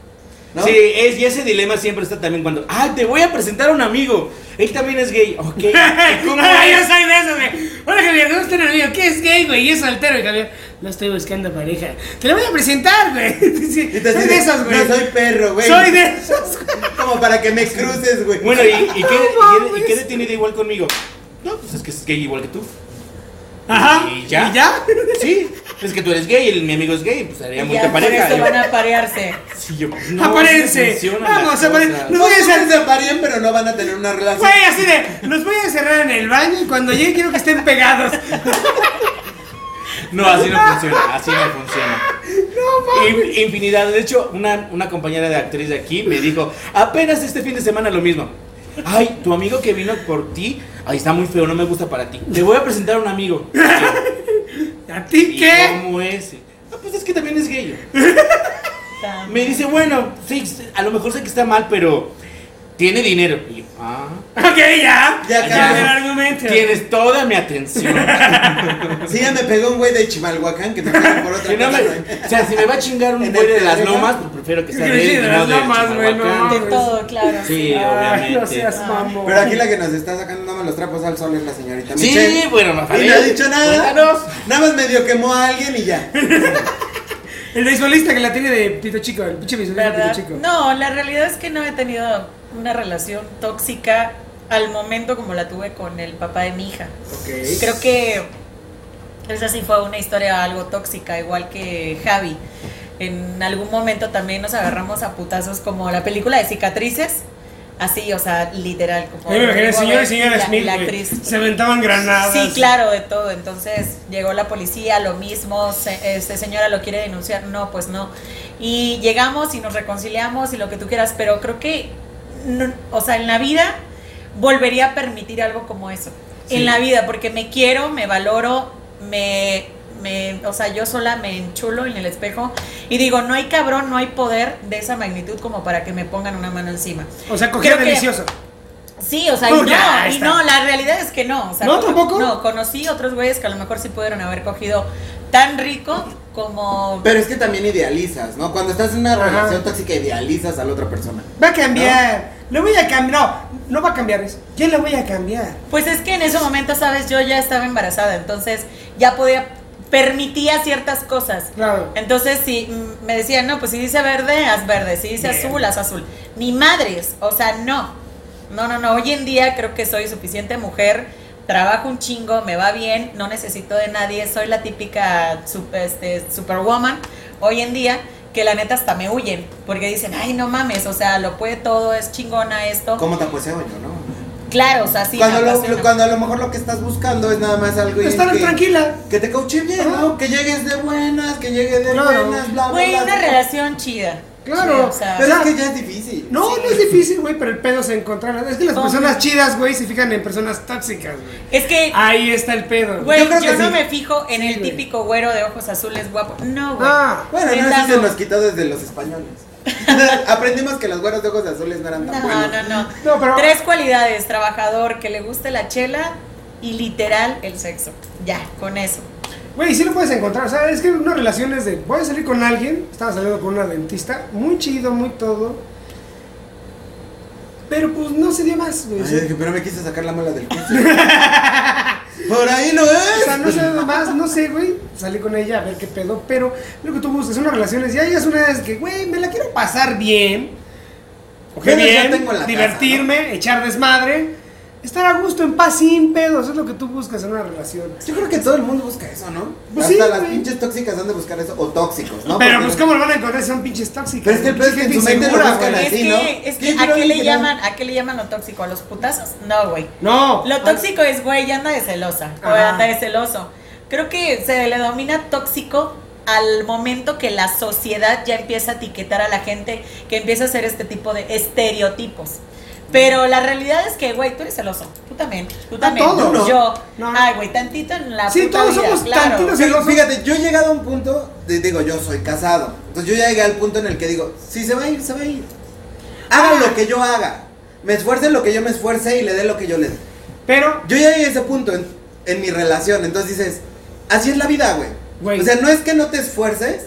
Speaker 2: ¿no?
Speaker 4: Sí, es, y ese dilema siempre está también cuando, ah, te voy a presentar a un amigo, él también es gay, ok, ¿y ¿cómo
Speaker 1: Ah, yo
Speaker 4: es?
Speaker 1: soy de esos, güey. Hola, Javier, ¿cómo está el amigo? ¿Qué es gay, güey? Y es soltero, y Javier. No estoy buscando pareja. Te la voy a presentar, güey. Sí,
Speaker 2: Y
Speaker 1: Soy
Speaker 2: te
Speaker 1: de
Speaker 2: dicen,
Speaker 1: esos, güey.
Speaker 2: No soy perro, güey.
Speaker 1: Soy de esos, güey.
Speaker 2: Como para que me cruces, güey.
Speaker 4: Bueno, ¿y, y qué, y
Speaker 1: No
Speaker 4: qué- y qué
Speaker 1: mames.
Speaker 4: detiene de igual conmigo? No, pues es que es gay igual que tú.
Speaker 1: Ajá.
Speaker 4: ¿Y ya?
Speaker 1: ¿Y ya?
Speaker 4: Sí, es que tú eres gay, el- mi amigo es gay, pues haríamos
Speaker 3: Ya,
Speaker 4: de
Speaker 3: por
Speaker 4: pareja.
Speaker 3: eso
Speaker 4: Yo-
Speaker 3: van a parearse.
Speaker 4: Sí, yo,
Speaker 1: Aparense. Vamos, aparen-
Speaker 4: aparecer
Speaker 1: no
Speaker 2: No
Speaker 1: voy a hacer-
Speaker 2: se parían, pero no van a tener una relación.
Speaker 1: Güey, así de, los voy a encerrar en el baño y cuando llegue quiero que estén pegados.
Speaker 4: No, así no funciona, así no funciona. No mames. Infinidad. De hecho, una, una compañera de actriz de aquí me dijo, apenas este fin de semana lo mismo. Ay, tu amigo que vino por ti, ay, está muy feo, no me gusta para ti. Te voy a presentar a un amigo.
Speaker 1: ¿A ti
Speaker 4: ¿Y
Speaker 1: qué?
Speaker 4: ¿Cómo es? "Ah, pues es que también es gay.
Speaker 3: Tam-
Speaker 4: Me dice, bueno, sí, a lo mejor sé que está mal, pero tiene dinero. Y yo, ah,
Speaker 1: Ok, ya.
Speaker 2: Ya
Speaker 1: acabó
Speaker 2: acabó.
Speaker 1: el argumento.
Speaker 4: tienes toda mi atención.
Speaker 2: Sí, ya me pegó un güey de Chimalhuacán que me pegó por otra
Speaker 4: Si no me-
Speaker 2: cosa.
Speaker 4: o sea, si me va a chingar un
Speaker 2: En
Speaker 4: güey
Speaker 2: el
Speaker 4: de las
Speaker 2: terreno.
Speaker 4: lomas, pues prefiero que sea
Speaker 1: Sí,
Speaker 4: de él
Speaker 1: sí,
Speaker 4: y
Speaker 1: de
Speaker 4: no
Speaker 1: las
Speaker 4: de
Speaker 1: lomas, güey, no
Speaker 4: Chimalhuacán.
Speaker 3: De todo, claro.
Speaker 4: Sí,
Speaker 1: Ay,
Speaker 4: obviamente.
Speaker 1: Ah, no
Speaker 3: Ah.
Speaker 1: seas mamón.
Speaker 2: Pero aquí la que nos está sacando nada más los trapos al sol es la señorita
Speaker 4: Sí,
Speaker 2: Michelle.
Speaker 4: bueno,
Speaker 2: Y
Speaker 4: Rafael.
Speaker 2: no ha dicho nada.
Speaker 4: cuéntanos.
Speaker 2: Nada más medio quemó a alguien y ya.
Speaker 1: El beisbolista que la tiene de Pito Chico, el pinche beisbolista de
Speaker 3: ¿Verdad?
Speaker 1: Pito Chico.
Speaker 3: No, la realidad es que no he tenido una relación tóxica al momento como la tuve con el papá de mi hija.
Speaker 1: Ok.
Speaker 3: Creo que esa sí fue una historia algo tóxica, igual que Javi. En algún momento también nos agarramos a putazos como la película de cicatrices. Así, o sea, literal. Como
Speaker 1: Yo me imaginé, señor y señora
Speaker 3: la-
Speaker 1: Smith,
Speaker 3: la
Speaker 1: güey,
Speaker 3: actriz.
Speaker 1: se aventaban granadas.
Speaker 3: Sí, claro, de todo. Entonces llegó la policía, lo mismo, se- este señora lo quiere denunciar, no, pues no. Y llegamos y nos reconciliamos y lo que tú quieras, pero creo que, no- o sea, en la vida volvería a permitir algo como eso. En la vida, porque me quiero, me valoro, me, me, o sea, yo sola me enchulo en el espejo y digo, no hay cabrón, no hay poder de esa magnitud como para que me pongan una mano encima.
Speaker 1: O sea, cogía
Speaker 3: Creo que-
Speaker 1: delicioso.
Speaker 3: Sí, o sea, y
Speaker 1: No,
Speaker 3: no,
Speaker 1: ya
Speaker 3: y
Speaker 1: está.
Speaker 3: no, la realidad es que no. O sea,
Speaker 1: ¿No,
Speaker 3: cono-
Speaker 1: tampoco?
Speaker 3: No, conocí otros güeyes que a lo mejor sí pudieron haber cogido tan rico como.
Speaker 2: Pero es que también idealizas, ¿no? Cuando estás en una
Speaker 1: Ajá.
Speaker 2: relación tóxica, idealizas a la otra persona.
Speaker 1: Va a cambiar. Lo voy a cambiar. No, no va a cambiar eso. ¿Quién le voy a cambiar?
Speaker 3: Pues es que en ese momento, sabes, yo ya estaba embarazada, entonces ya podía, permitía ciertas cosas.
Speaker 1: Claro.
Speaker 3: Entonces, si mm, me decían, no, pues si dice verde, haz verde, si dice
Speaker 1: Bien.
Speaker 3: azul, haz azul. Ni madres, o sea, no. No, no, no, hoy en día creo que soy suficiente mujer, trabajo un chingo, me va bien, no necesito de nadie, soy la típica sup- este, superwoman hoy en día que la neta hasta me huyen, porque dicen, ay, no mames, o sea, lo puede todo, es chingona esto.
Speaker 2: ¿Cómo te aposeo yo, no?
Speaker 3: Claro, o sea, sí. me
Speaker 2: cuando, lo-
Speaker 3: apasiona.
Speaker 2: lo- cuando a lo mejor lo que estás buscando es nada más algo. y
Speaker 1: Estar
Speaker 2: que,
Speaker 1: tranquila.
Speaker 2: Que te coache bien,
Speaker 1: Ajá.
Speaker 2: ¿no? Que llegues de buenas, que llegues de
Speaker 1: Claro.
Speaker 2: buenas, bla, bla,
Speaker 3: Güey,
Speaker 2: bla.
Speaker 3: una relación chida.
Speaker 1: Claro.
Speaker 3: Sí, o sea,
Speaker 2: Pero es
Speaker 1: Ya.
Speaker 2: que ya es difícil.
Speaker 1: No, no es difícil, güey, pero el pedo se encontrará. Es que las
Speaker 3: Hombre.
Speaker 1: personas chidas, güey, se fijan en personas tóxicas, güey.
Speaker 3: es que,
Speaker 1: Ahí está el pedo.
Speaker 3: Eh. güey,
Speaker 2: yo
Speaker 3: yo,
Speaker 2: creo que
Speaker 3: no
Speaker 2: sí.
Speaker 3: me fijo en
Speaker 1: Sí,
Speaker 3: el
Speaker 1: güey.
Speaker 3: típico güero de ojos azules guapo. No, güey.
Speaker 1: Ah,
Speaker 2: Bueno, no,
Speaker 3: Neta,
Speaker 2: eso se
Speaker 3: no.
Speaker 2: nos quitó desde los españoles. Aprendimos que los güeros de ojos azules no eran tan
Speaker 3: no,
Speaker 2: buenos.
Speaker 3: no, no.
Speaker 1: No, pero-
Speaker 3: Tres cualidades, trabajador, que le guste la chela y literal el sexo. Ya, con eso.
Speaker 1: Güey, sí lo puedes encontrar. O sea, es que una relación es de. Voy a salir con alguien. Estaba saliendo con una dentista. Muy chido, muy todo. Pero pues no se dio más, güey. O
Speaker 2: Ay, yo
Speaker 1: sea,
Speaker 2: dije, pero me quise sacar la mala del curso. Por ahí no es.
Speaker 1: o sea, no se dio más, no sé, güey. Salí con ella a ver qué pedo. Pero lo que tú buscas son relaciones. Ya es una vez que, güey, me la quiero pasar bien. Coger
Speaker 2: Menos ya
Speaker 1: bien,
Speaker 2: tengo en la
Speaker 1: divertirme, echar desmadre. Estar a gusto, en paz, sin pedos. Eso es lo que tú buscas en una relación.
Speaker 2: Yo creo que todo el mundo busca eso, ¿no?
Speaker 1: Pues
Speaker 2: Hasta
Speaker 1: sí,
Speaker 2: las
Speaker 1: güey.
Speaker 2: pinches tóxicas han de buscar eso. O tóxicos, ¿no?
Speaker 1: pero
Speaker 2: Porque-
Speaker 1: pues, ¿cómo lo van a encontrar si son pinches tóxicas?
Speaker 2: Pero es que el pedo es que en
Speaker 1: Gente
Speaker 2: su mente lo
Speaker 1: insegura,
Speaker 2: buscan
Speaker 1: güey.
Speaker 2: así,
Speaker 3: es que,
Speaker 2: ¿no?
Speaker 3: es que,
Speaker 2: Yo creo
Speaker 3: ¿a qué
Speaker 2: que
Speaker 3: le
Speaker 2: no.
Speaker 3: llaman, a qué le llaman lo tóxico? ¿A los putazos? No, güey.
Speaker 1: No.
Speaker 3: Lo tóxico es, güey, ya anda de celosa o
Speaker 1: Ajá.
Speaker 3: anda de celoso. Creo que se le denomina tóxico al momento que la sociedad ya empieza a etiquetar a la gente, que empieza a hacer este tipo de estereotipos. Pero la realidad es que, güey, tú eres celoso. Tú también. Tú también.
Speaker 1: todos, Ah, ¿no?
Speaker 3: Yo.
Speaker 1: No, no.
Speaker 3: Ay, güey, tantito en la
Speaker 1: Sí,
Speaker 3: puta
Speaker 1: todos
Speaker 3: vida,
Speaker 1: somos
Speaker 3: claro.
Speaker 1: tantitos.
Speaker 2: Fí-
Speaker 1: celoso.
Speaker 2: Fíjate, yo he llegado a un punto, de- digo, yo soy casado. Entonces yo ya llegué al punto en el que digo, si se va a ir, se va a ir. Haga
Speaker 1: Ah.
Speaker 2: lo que yo haga. Me esfuerce lo que yo me esfuerce y le dé lo que yo le dé.
Speaker 1: Pero,
Speaker 2: Yo ya llegué a ese punto en, en mi relación. Entonces dices, así es la vida, güey.
Speaker 1: Güey.
Speaker 2: O sea, no es que no te esfuerces,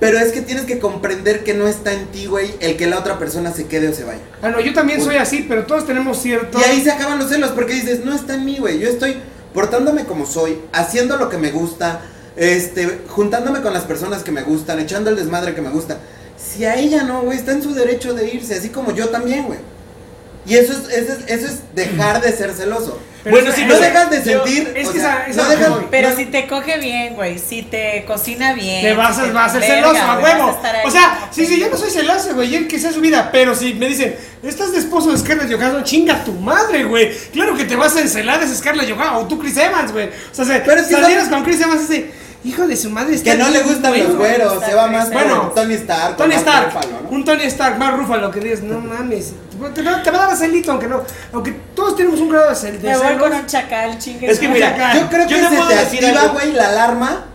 Speaker 2: pero es que tienes que comprender que no está en ti, güey, el que la otra persona se quede o se vaya.
Speaker 1: ah, no, yo también soy así, pero todos tenemos cierto.
Speaker 2: Y ahí se acaban los celos porque dices, no está en mí, güey. Yo estoy portándome como soy, haciendo lo que me gusta, este, juntándome con las personas que me gustan, echando el desmadre que me gusta. Si a ella no, güey, está en su derecho de irse, así como yo también, güey. Y eso es, eso es, eso es dejar de ser celoso.
Speaker 1: Pero
Speaker 4: bueno,
Speaker 1: es-
Speaker 4: sí,
Speaker 2: No
Speaker 4: pero-
Speaker 2: dejas de
Speaker 4: yo-
Speaker 2: sentir.
Speaker 1: es
Speaker 2: o
Speaker 1: que
Speaker 2: sea,
Speaker 1: esa- esa
Speaker 2: no
Speaker 1: es
Speaker 2: dejas-
Speaker 1: lo que voy.
Speaker 3: Pero
Speaker 2: no-
Speaker 3: si te coge bien, güey, si te cocina bien.
Speaker 1: Te vas a,
Speaker 3: si
Speaker 1: va a ser
Speaker 3: verga,
Speaker 1: celoso, a
Speaker 3: güey, vas
Speaker 1: huevo.
Speaker 3: estar ahí
Speaker 1: O sea,
Speaker 3: como
Speaker 1: sí, sí,
Speaker 3: que-
Speaker 1: yo no soy celoso, güey, y el que sea su vida. Pero si me dicen, estás de esposo de Scarlett Johansson, chinga tu madre, güey. Claro que te vas a encelar de Scarlett Johansson o tú Chris Evans, güey. O sea, se,
Speaker 2: Pero es que
Speaker 1: salieras
Speaker 2: no-
Speaker 1: con Chris Evans así, hijo de su madre. está
Speaker 2: Que no le
Speaker 1: bien,
Speaker 2: gustan
Speaker 1: güey,
Speaker 2: los
Speaker 1: no".
Speaker 2: güeros, se va más
Speaker 1: Bueno,
Speaker 2: por Tony Stark. o
Speaker 1: Tony
Speaker 2: Mark
Speaker 1: Stark,
Speaker 2: Ruffalo, ¿no?
Speaker 1: un Tony Stark más rúfalo que dices, no mames, te, va- te va a dar celito, aunque no, aunque todos tenemos un grado de cel- de
Speaker 3: Me voy
Speaker 1: celos.
Speaker 3: con un chacal, chingue.
Speaker 4: Es que
Speaker 3: su
Speaker 4: mira,
Speaker 3: madre.
Speaker 2: Yo creo
Speaker 4: Yo
Speaker 2: que
Speaker 4: te
Speaker 2: se
Speaker 4: puedo
Speaker 2: te
Speaker 4: decir
Speaker 2: activa,
Speaker 4: algo.
Speaker 2: güey, la alarma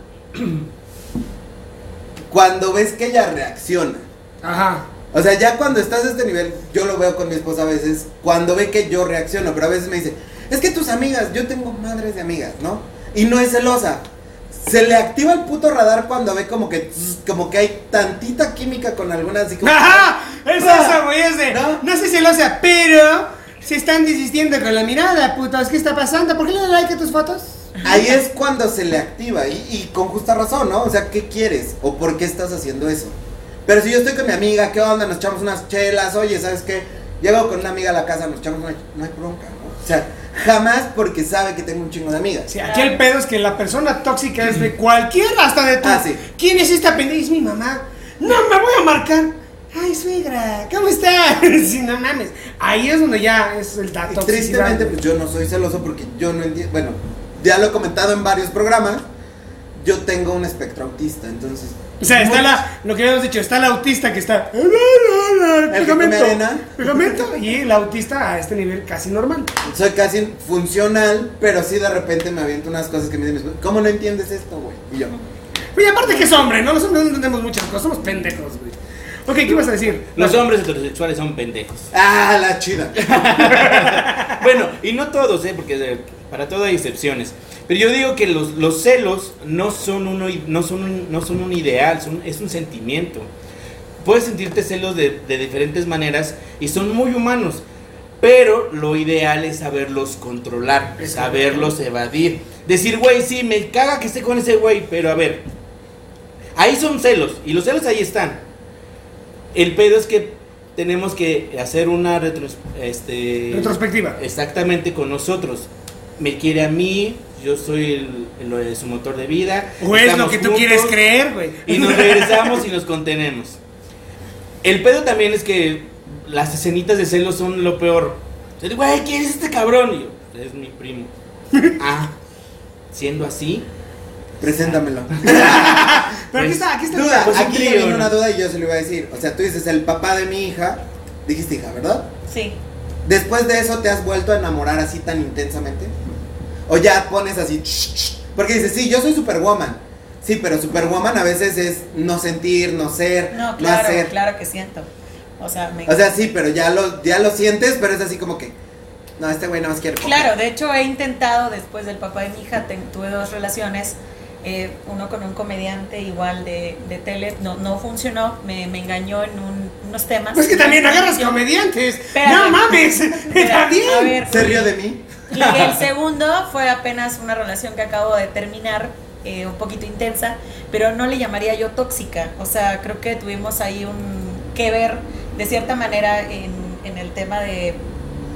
Speaker 2: cuando ves que ella reacciona.
Speaker 1: Ajá.
Speaker 2: O sea, ya cuando estás a este nivel, yo lo veo con mi esposa a veces, cuando ve que yo reacciono, pero a veces me dice, es que tus amigas, yo tengo madres de amigas, ¿no? Y no es celosa. Se le activa el puto radar cuando ve como que como que hay tantita química con algunas así como-
Speaker 1: ¡Ajá! Es
Speaker 2: Ah,
Speaker 1: eso, güey, es de.
Speaker 2: ¿no?
Speaker 1: No, sé si lo hace, pero se están desistiendo con la mirada, putas. ¿Qué está pasando? ¿Por qué le das like a tus fotos?
Speaker 2: Ahí es cuando se le activa y, y con justa razón, ¿no? O sea, ¿qué quieres? ¿O por qué estás haciendo eso? Pero si yo estoy con mi amiga, ¿qué onda? Nos echamos unas chelas, oye, ¿sabes qué? Llego con una amiga a la casa, nos echamos una... No hay bronca, ¿no? O sea, jamás porque sabe que tengo un chingo de amigas.
Speaker 1: Sí, aquí el pedo es que la persona tóxica es de cualquier, hasta de tú.
Speaker 2: Ah, sí.
Speaker 1: ¿Quién es esta pendeja? Es mi mamá. No, me voy a marcar. Ay, suegra, ¿cómo estás? Si no mames. Ahí es donde ya es el
Speaker 2: Y
Speaker 1: dato.
Speaker 2: tristemente, pues yo no soy celoso porque yo no entiendo... Bueno, ya lo he comentado en varios programas, yo tengo un espectro autista, entonces...
Speaker 1: O sea, está
Speaker 2: Muy-
Speaker 1: la, lo que habíamos dicho, está el autista que está.
Speaker 2: come
Speaker 1: Pegamento.
Speaker 2: arena.
Speaker 1: Pegamento. Y el autista a este nivel casi normal.
Speaker 2: Soy casi funcional, pero sí de repente me aviento unas cosas que me dicen, ¿cómo no entiendes esto, güey? Y yo...
Speaker 1: Oye, aparte que es hombre, ¿no? Los hombres no entendemos muchas cosas, somos pendejos, güey. Ok, ¿qué ibas a decir?
Speaker 4: Los hombres heterosexuales son pendejos.
Speaker 2: Ah, la chida.
Speaker 4: Bueno, y no todos, ¿eh? Porque de- para todo hay excepciones. Pero yo digo que los, los celos no son, uno, i- no, son un, no son un ideal, son, es un sentimiento. Puedes sentirte celos de, de diferentes maneras y son muy humanos. Pero lo ideal es saberlos controlar, saberlos evadir. Decir, güey, sí, me caga que esté con ese güey, pero a ver, ahí son celos, y los celos ahí están. El pedo es que tenemos que hacer una retros- este,
Speaker 1: Retrospectiva.
Speaker 4: exactamente con nosotros. Me quiere a mí, yo soy el, el- su motor de vida.
Speaker 1: O es lo
Speaker 4: estamos
Speaker 1: que tú
Speaker 4: juntos,
Speaker 1: quieres creer, güey.
Speaker 4: Y nos regresamos y nos contenemos. El pedo también es que las escenitas de celos son lo peor. Yo digo, güey, ¿quién es este cabrón? Y yo, es mi primo. ah, siendo así,
Speaker 2: Preséntamelo.
Speaker 1: Pero aquí
Speaker 4: Pues,
Speaker 1: está, aquí está.
Speaker 2: Duda,
Speaker 4: Pues un
Speaker 2: aquí
Speaker 4: trío,
Speaker 2: ya viene
Speaker 4: ¿no?
Speaker 2: una duda y yo se lo iba a decir. O sea, tú dices el papá de mi hija. Dijiste hija, ¿verdad?
Speaker 3: Sí.
Speaker 2: Después de eso te has vuelto a enamorar así tan intensamente. O ya pones así. ch, ch, Porque dices, sí, yo soy Superwoman. Sí, pero Superwoman a veces es no sentir, no ser,
Speaker 3: No,
Speaker 2: no,
Speaker 3: claro,
Speaker 2: hacer.
Speaker 3: claro que siento. O sea, me
Speaker 2: O sea, sí, pero ya lo, ya lo sientes, pero es así como que. No, este güey nada más quiere. coger".
Speaker 3: Claro, de hecho he intentado después del papá de mi hija, te- tuve dos relaciones, eh, uno con un comediante igual de, de tele, no, no funcionó, me, me engañó en un- unos temas.
Speaker 1: Pues que también agarras
Speaker 3: Yo-
Speaker 1: comediantes.
Speaker 3: Espérate.
Speaker 1: no mames, está
Speaker 3: Espérate, a
Speaker 1: bien.
Speaker 3: ver,
Speaker 2: ¿Se rió de mí?
Speaker 3: Y el segundo fue apenas una relación que acabo de terminar, eh, un poquito intensa, pero no le llamaría yo tóxica. O sea, creo que tuvimos ahí un que ver, de cierta manera, en, en el tema de,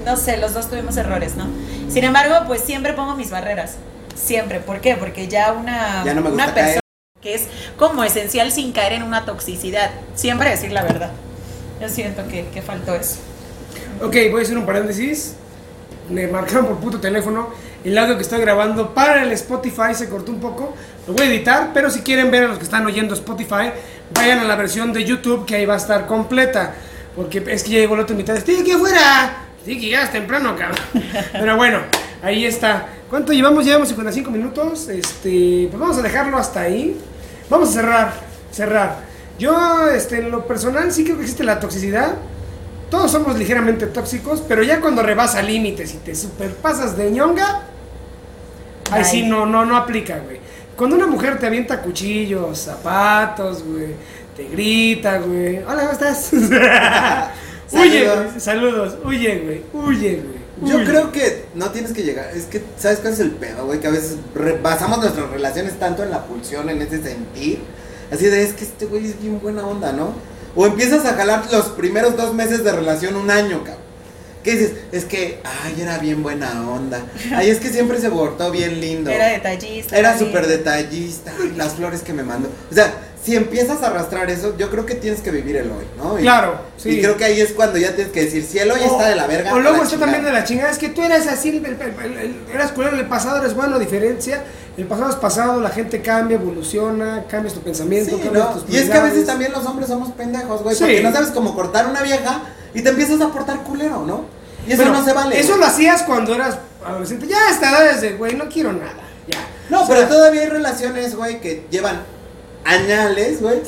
Speaker 3: no sé, los dos tuvimos errores, ¿no? Sin embargo, pues siempre pongo mis barreras. Siempre. ¿Por qué? Porque ya una,
Speaker 2: Ya no me gusta
Speaker 3: una
Speaker 2: caer.
Speaker 3: persona que es como esencial sin caer en una toxicidad. Siempre decir la verdad. Yo siento que, que faltó eso.
Speaker 1: Ok, voy a hacer un paréntesis. Me marcaron por puto teléfono. El audio que estoy grabando para el Spotify se cortó un poco. Lo voy a editar, pero si quieren ver a los que están oyendo Spotify, vayan a la versión de YouTube que ahí va a estar completa. Porque es que ya llegó el otro invitado. Estoy aquí afuera. Sí, que ya temprano, cabrón. Pero bueno, ahí está. ¿Cuánto llevamos? Llevamos 55 minutos. Este, pues vamos a dejarlo hasta ahí. Vamos a cerrar, cerrar. Yo, este, en lo personal sí creo que existe la toxicidad. Todos somos ligeramente tóxicos, pero ya cuando rebasa límites y te superpasas de ñonga, ahí
Speaker 3: Bye.
Speaker 1: sí no, no, no aplica, güey. Cuando una mujer te avienta cuchillos, zapatos, güey, te grita, güey. Hola, ¿cómo estás? huye, güey. Saludos, huye, güey, huye, güey.
Speaker 2: Yo
Speaker 1: huye.
Speaker 2: creo que no tienes que llegar. Es que, ¿sabes cuál es el pedo, güey? Que a veces re- basamos nuestras relaciones tanto en la pulsión, en ese sentir. Así de, es que este güey es bien buena onda, ¿no? O empiezas a jalar los primeros dos meses de relación, un año, cabrón. ¿Qué dices? Es que, ay, era bien buena onda. Ay, es que siempre se portó bien lindo.
Speaker 3: Era detallista.
Speaker 2: Era
Speaker 3: también.
Speaker 2: súper detallista, ay, las flores que me mandó. O sea, si empiezas a arrastrar eso, yo creo que tienes que vivir el hoy, ¿no? Y-
Speaker 1: Claro, sí.
Speaker 2: Y creo que ahí es cuando ya tienes que decir, si el hoy está de la verga.
Speaker 1: O
Speaker 2: a
Speaker 1: luego
Speaker 2: la
Speaker 1: está también de
Speaker 2: chingada.
Speaker 1: la chingada. Es que tú eras así, el- el- el- el- eras culero en el pasado, eres bueno, diferencia. El pasado es pasado, la gente cambia, evoluciona, cambias tu pensamiento,
Speaker 2: Sí,
Speaker 1: cambias
Speaker 2: ¿no?
Speaker 1: tus
Speaker 2: Y es que a veces
Speaker 1: prioridades.
Speaker 2: también los hombres somos pendejos, güey,
Speaker 1: Sí.
Speaker 2: porque no sabes cómo cortar una vieja y te empiezas a portar culero, ¿no? Y eso
Speaker 1: Bueno,
Speaker 2: no se vale.
Speaker 1: Eso
Speaker 2: güey.
Speaker 1: lo hacías cuando eras adolescente. Ya hasta edad es de, güey, no quiero nada. Ya.
Speaker 2: No,
Speaker 1: O sea,
Speaker 2: pero todavía hay relaciones, güey, que llevan añales, güey.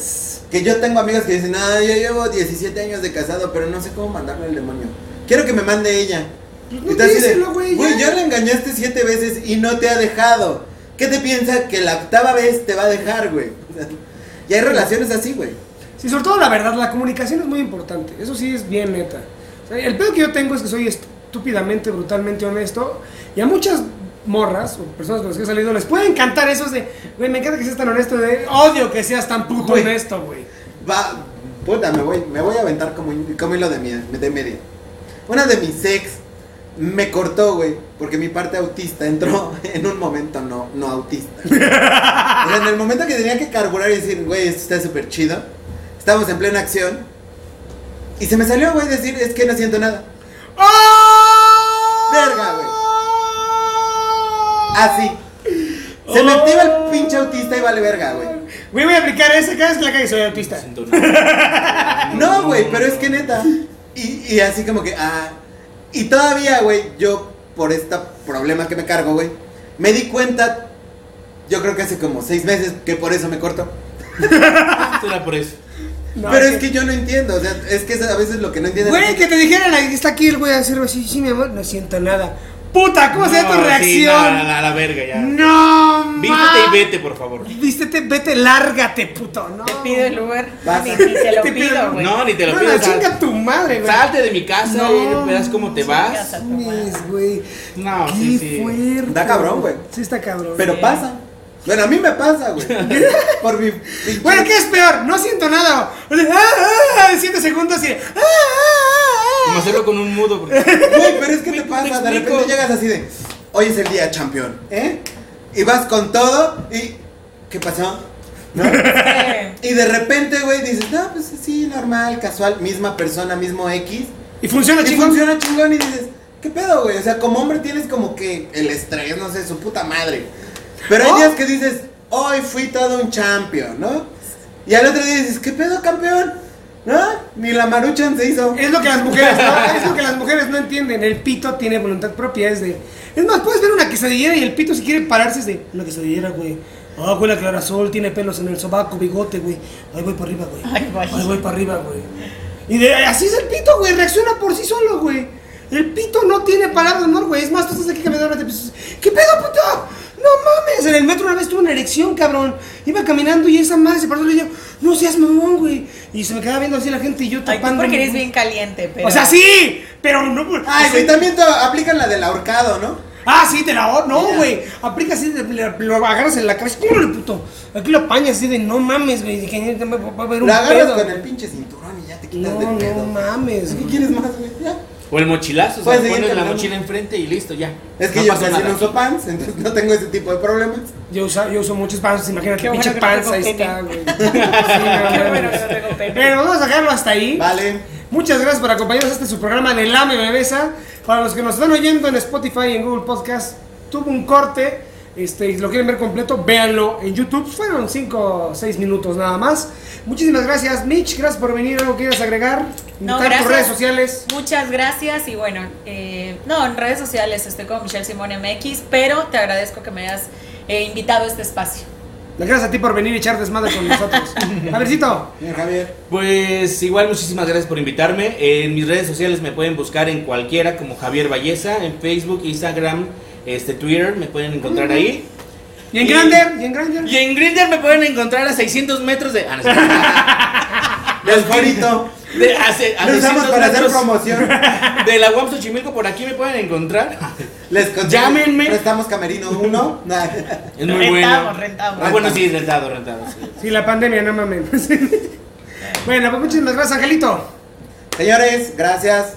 Speaker 2: Que yo tengo amigas que dicen, ah, yo llevo 17 años de casado, pero no sé cómo mandarle al demonio. Quiero que me mande ella.
Speaker 1: Pues
Speaker 2: Y
Speaker 1: no
Speaker 2: tú así de,
Speaker 1: díselo, güey,
Speaker 2: Güey,
Speaker 1: ya".
Speaker 2: yo la engañaste siete veces y no te ha dejado. ¿Qué te piensa que la octava vez te va a dejar, güey? y hay relaciones así, güey.
Speaker 1: Sí, sobre todo la verdad, la comunicación es muy importante. Eso sí es bien neta. O sea, el pedo que yo tengo es que soy estúpidamente, brutalmente honesto. Y a muchas morras o personas con las que he salido les puede encantar eso de, güey, me encanta que seas tan honesto. De, odio que seas tan puto
Speaker 2: Güey.
Speaker 1: honesto, güey.
Speaker 2: Va, puta, me voy, me voy a aventar como, un- como hilo de, mie- de media. Una de mis ex me cortó, güey, porque mi parte autista entró en un momento no, no autista. O sea, en el momento que tenía que carburar y decir, güey, esto está súper chido, estábamos en plena acción. Y se me salió, güey, decir, es que no siento nada. Verga, güey. Así. Ah, Se me activa el pinche autista y vale verga, güey.
Speaker 1: Güey, voy a aplicar esa cada vez que la calle soy autista.
Speaker 4: siento nada.
Speaker 2: No, güey, pero es que neta. Y, y así como que, ah. Y todavía, güey, yo por este problema que me cargo, güey, me di cuenta, yo creo que hace como seis meses que por eso me corto.
Speaker 4: Será Ah, por eso.
Speaker 1: No,
Speaker 2: pero es que yo no entiendo, o sea, es que es a veces lo que no entiendo
Speaker 1: Güey, que te dijeran, ahí está aquí el güey a decirme, sí, sí, mi amor, no siento nada. Puta, ¿cómo sería
Speaker 4: No,
Speaker 1: tu
Speaker 4: sí,
Speaker 1: reacción?
Speaker 4: no, no, a la verga ya.
Speaker 1: No,
Speaker 4: Vístete y
Speaker 1: ma-
Speaker 4: vete, por favor.
Speaker 1: Vístete, vete, lárgate, puto, no.
Speaker 3: Te pido el Uber.
Speaker 2: Vas.
Speaker 3: Ni, ni te lo
Speaker 1: Te pido el
Speaker 3: pido,
Speaker 1: Uber.
Speaker 3: güey.
Speaker 4: No, ni te lo
Speaker 1: No,
Speaker 4: pidas.
Speaker 1: no, chinga tu madre, güey.
Speaker 4: Salte de mi casa
Speaker 1: No,
Speaker 4: y no verás cómo te
Speaker 3: sí,
Speaker 4: vas.
Speaker 3: casa.
Speaker 1: Mames, güey.
Speaker 4: No,
Speaker 1: Qué
Speaker 4: sí, sí.
Speaker 1: fuerte.
Speaker 2: Está cabrón, güey.
Speaker 1: Sí, está cabrón.
Speaker 2: Pero
Speaker 3: Sí.
Speaker 2: pasa. Bueno, a mí me pasa, güey. Por mi.
Speaker 1: Bueno, ¿qué es peor? No siento nada. O sea, ah, ah, siete segundos y. ah, ah, ah,
Speaker 4: Como
Speaker 1: ah.
Speaker 4: hacerlo con un mudo. Porque...
Speaker 2: Güey, pero es que
Speaker 4: Güey,
Speaker 2: te
Speaker 4: ¿cómo te
Speaker 2: pasa, de
Speaker 4: explico?
Speaker 2: repente llegas así de, hoy es el día campeón, ¿eh? Y vas con todo y, ¿qué pasó? ¿No?
Speaker 3: Sí.
Speaker 2: Y de repente, güey, dices, no, pues sí, normal, casual, misma persona, mismo X.
Speaker 1: Y funciona,
Speaker 2: Y
Speaker 1: chingón.
Speaker 2: funciona chingón y dices, ¿qué pedo, güey? O sea, como hombre tienes como que el estrés, no sé, su puta madre. Pero hay
Speaker 1: ¿No?
Speaker 2: días que dices, hoy fui todo un champion, ¿no? Y al otro día dices, ¿qué pedo, campeón? ¿No? Ni la maruchan se hizo.
Speaker 1: Es lo que las mujeres, ¿no? Es lo que las mujeres no entienden. El pito tiene voluntad propia, es de. Es más, puedes ver una quesadillera y el pito si quiere pararse es de una quesadillera, güey. Ah, güey, la clarasol tiene pelos en el sobaco, bigote, güey. Ahí voy para arriba, güey.
Speaker 3: Ay, vaya.
Speaker 1: Ahí voy para arriba, güey. Y de, así es el pito, güey. Reacciona por sí solo, güey. El pito no tiene palabra de honor, güey. Es más, tú estás aquí caminando. te piensas, ¿Qué pedo, puto? No mames. En el metro una vez tuve una erección, cabrón. Iba caminando y esa madre se paró y yo, no seas mamón, güey. Y se me quedaba viendo así la gente y yo
Speaker 3: Ay, tú
Speaker 1: tapando.
Speaker 3: porque eres bien caliente, pero.
Speaker 1: O sea, sí, pero no.
Speaker 2: Ay,
Speaker 1: o
Speaker 2: güey,
Speaker 1: sea,
Speaker 2: también te aplican la del ahorcado, ¿no?
Speaker 1: Ah, sí, te la ahor- No,
Speaker 2: Ya.
Speaker 1: güey. Aplica así, de- le- lo agarras en la cabeza. ¡Córrele, puto! Aquí lo apañas así de no mames, güey. de que ya me va a haber un
Speaker 2: La agarras
Speaker 1: pedo.
Speaker 2: con el pinche cinturón y ya te quitas
Speaker 1: No,
Speaker 2: del pedo.
Speaker 1: no mames.
Speaker 2: ¿Qué
Speaker 1: güey.
Speaker 2: quieres más, güey? Ya.
Speaker 4: O el mochilazo,
Speaker 2: Puedes
Speaker 4: se
Speaker 2: seguir
Speaker 4: pones la
Speaker 2: caminando.
Speaker 4: mochila enfrente y listo, ya.
Speaker 2: Pues Es que
Speaker 4: No
Speaker 2: yo
Speaker 4: pasó
Speaker 2: casi
Speaker 4: nada.
Speaker 2: no uso pants, entonces no tengo ese tipo de problemas.
Speaker 1: Yo uso, yo uso muchos panzas, imagínate,
Speaker 3: Qué bueno
Speaker 1: pinche
Speaker 3: que no
Speaker 1: panza ahí
Speaker 3: tengo pene.
Speaker 1: está, güey. Sí, no,
Speaker 3: Qué
Speaker 1: no, no.
Speaker 3: bueno que no tengo pene.
Speaker 1: Pero vamos a dejarlo hasta ahí.
Speaker 2: Vale.
Speaker 1: Muchas gracias por acompañarnos a este su programa de Lame Me Besa. Para los que nos están oyendo en Spotify y en Google Podcast, tuvo un corte. Este, y lo quieren ver completo, véanlo en YouTube. Fueron 5 o 6 minutos nada más. Muchísimas gracias, Mitch. Gracias por venir. ¿Algo quieres agregar?
Speaker 3: No,
Speaker 1: Invitar tus
Speaker 3: gracias.
Speaker 1: redes sociales.
Speaker 3: Muchas gracias y bueno, eh, no, en redes sociales estoy con Michelle Simone MX, pero te agradezco que me hayas eh, invitado a este espacio.
Speaker 1: Gracias a ti por venir y echar desmadre con nosotros. Javercito.
Speaker 2: Señor Javier.
Speaker 4: Pues igual muchísimas gracias por invitarme. En mis redes sociales me pueden buscar en cualquiera como Javier Valleza, en Facebook, Instagram, este Twitter, me pueden encontrar ahí.
Speaker 1: ¿Y en
Speaker 4: Y-
Speaker 1: Grander? ¿Y en Grander?
Speaker 4: Y en Grindr me pueden encontrar a 600 metros de... ah, no,
Speaker 2: Del Jorito.
Speaker 4: sí. de a se- Ah, a
Speaker 2: Lo usamos
Speaker 4: 600
Speaker 2: para hacer
Speaker 4: metros
Speaker 2: promoción.
Speaker 4: de la UAM Xochimilco, por aquí me pueden encontrar.
Speaker 2: Les contamos.
Speaker 4: Llámenme.
Speaker 2: Prestamos camerino uno. Nah.
Speaker 4: Es muy
Speaker 3: Rentamos,
Speaker 4: bueno.
Speaker 3: rentamos.
Speaker 4: Ah, bueno, sí, rentado, rentado. sí.
Speaker 1: Sí, la pandemia, no mames. bueno, pues muchísimas gracias, Angelito.
Speaker 2: Señores, gracias.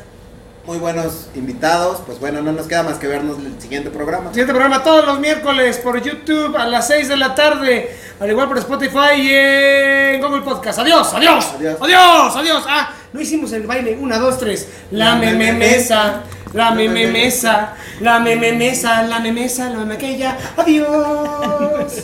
Speaker 2: Muy buenos invitados. Pues bueno, no nos queda más que vernos en el siguiente programa.
Speaker 1: Siguiente programa todos los miércoles por YouTube a las 6 de la tarde, al igual por Spotify y en Google Podcast. Adiós, adiós,
Speaker 2: Adiós.
Speaker 1: adiós, adiós. Ah, no hicimos el baile. Una, dos, tres. La meme mesa, la meme mesa, la meme mesa, la meme mesa, la meme aquella. Adiós.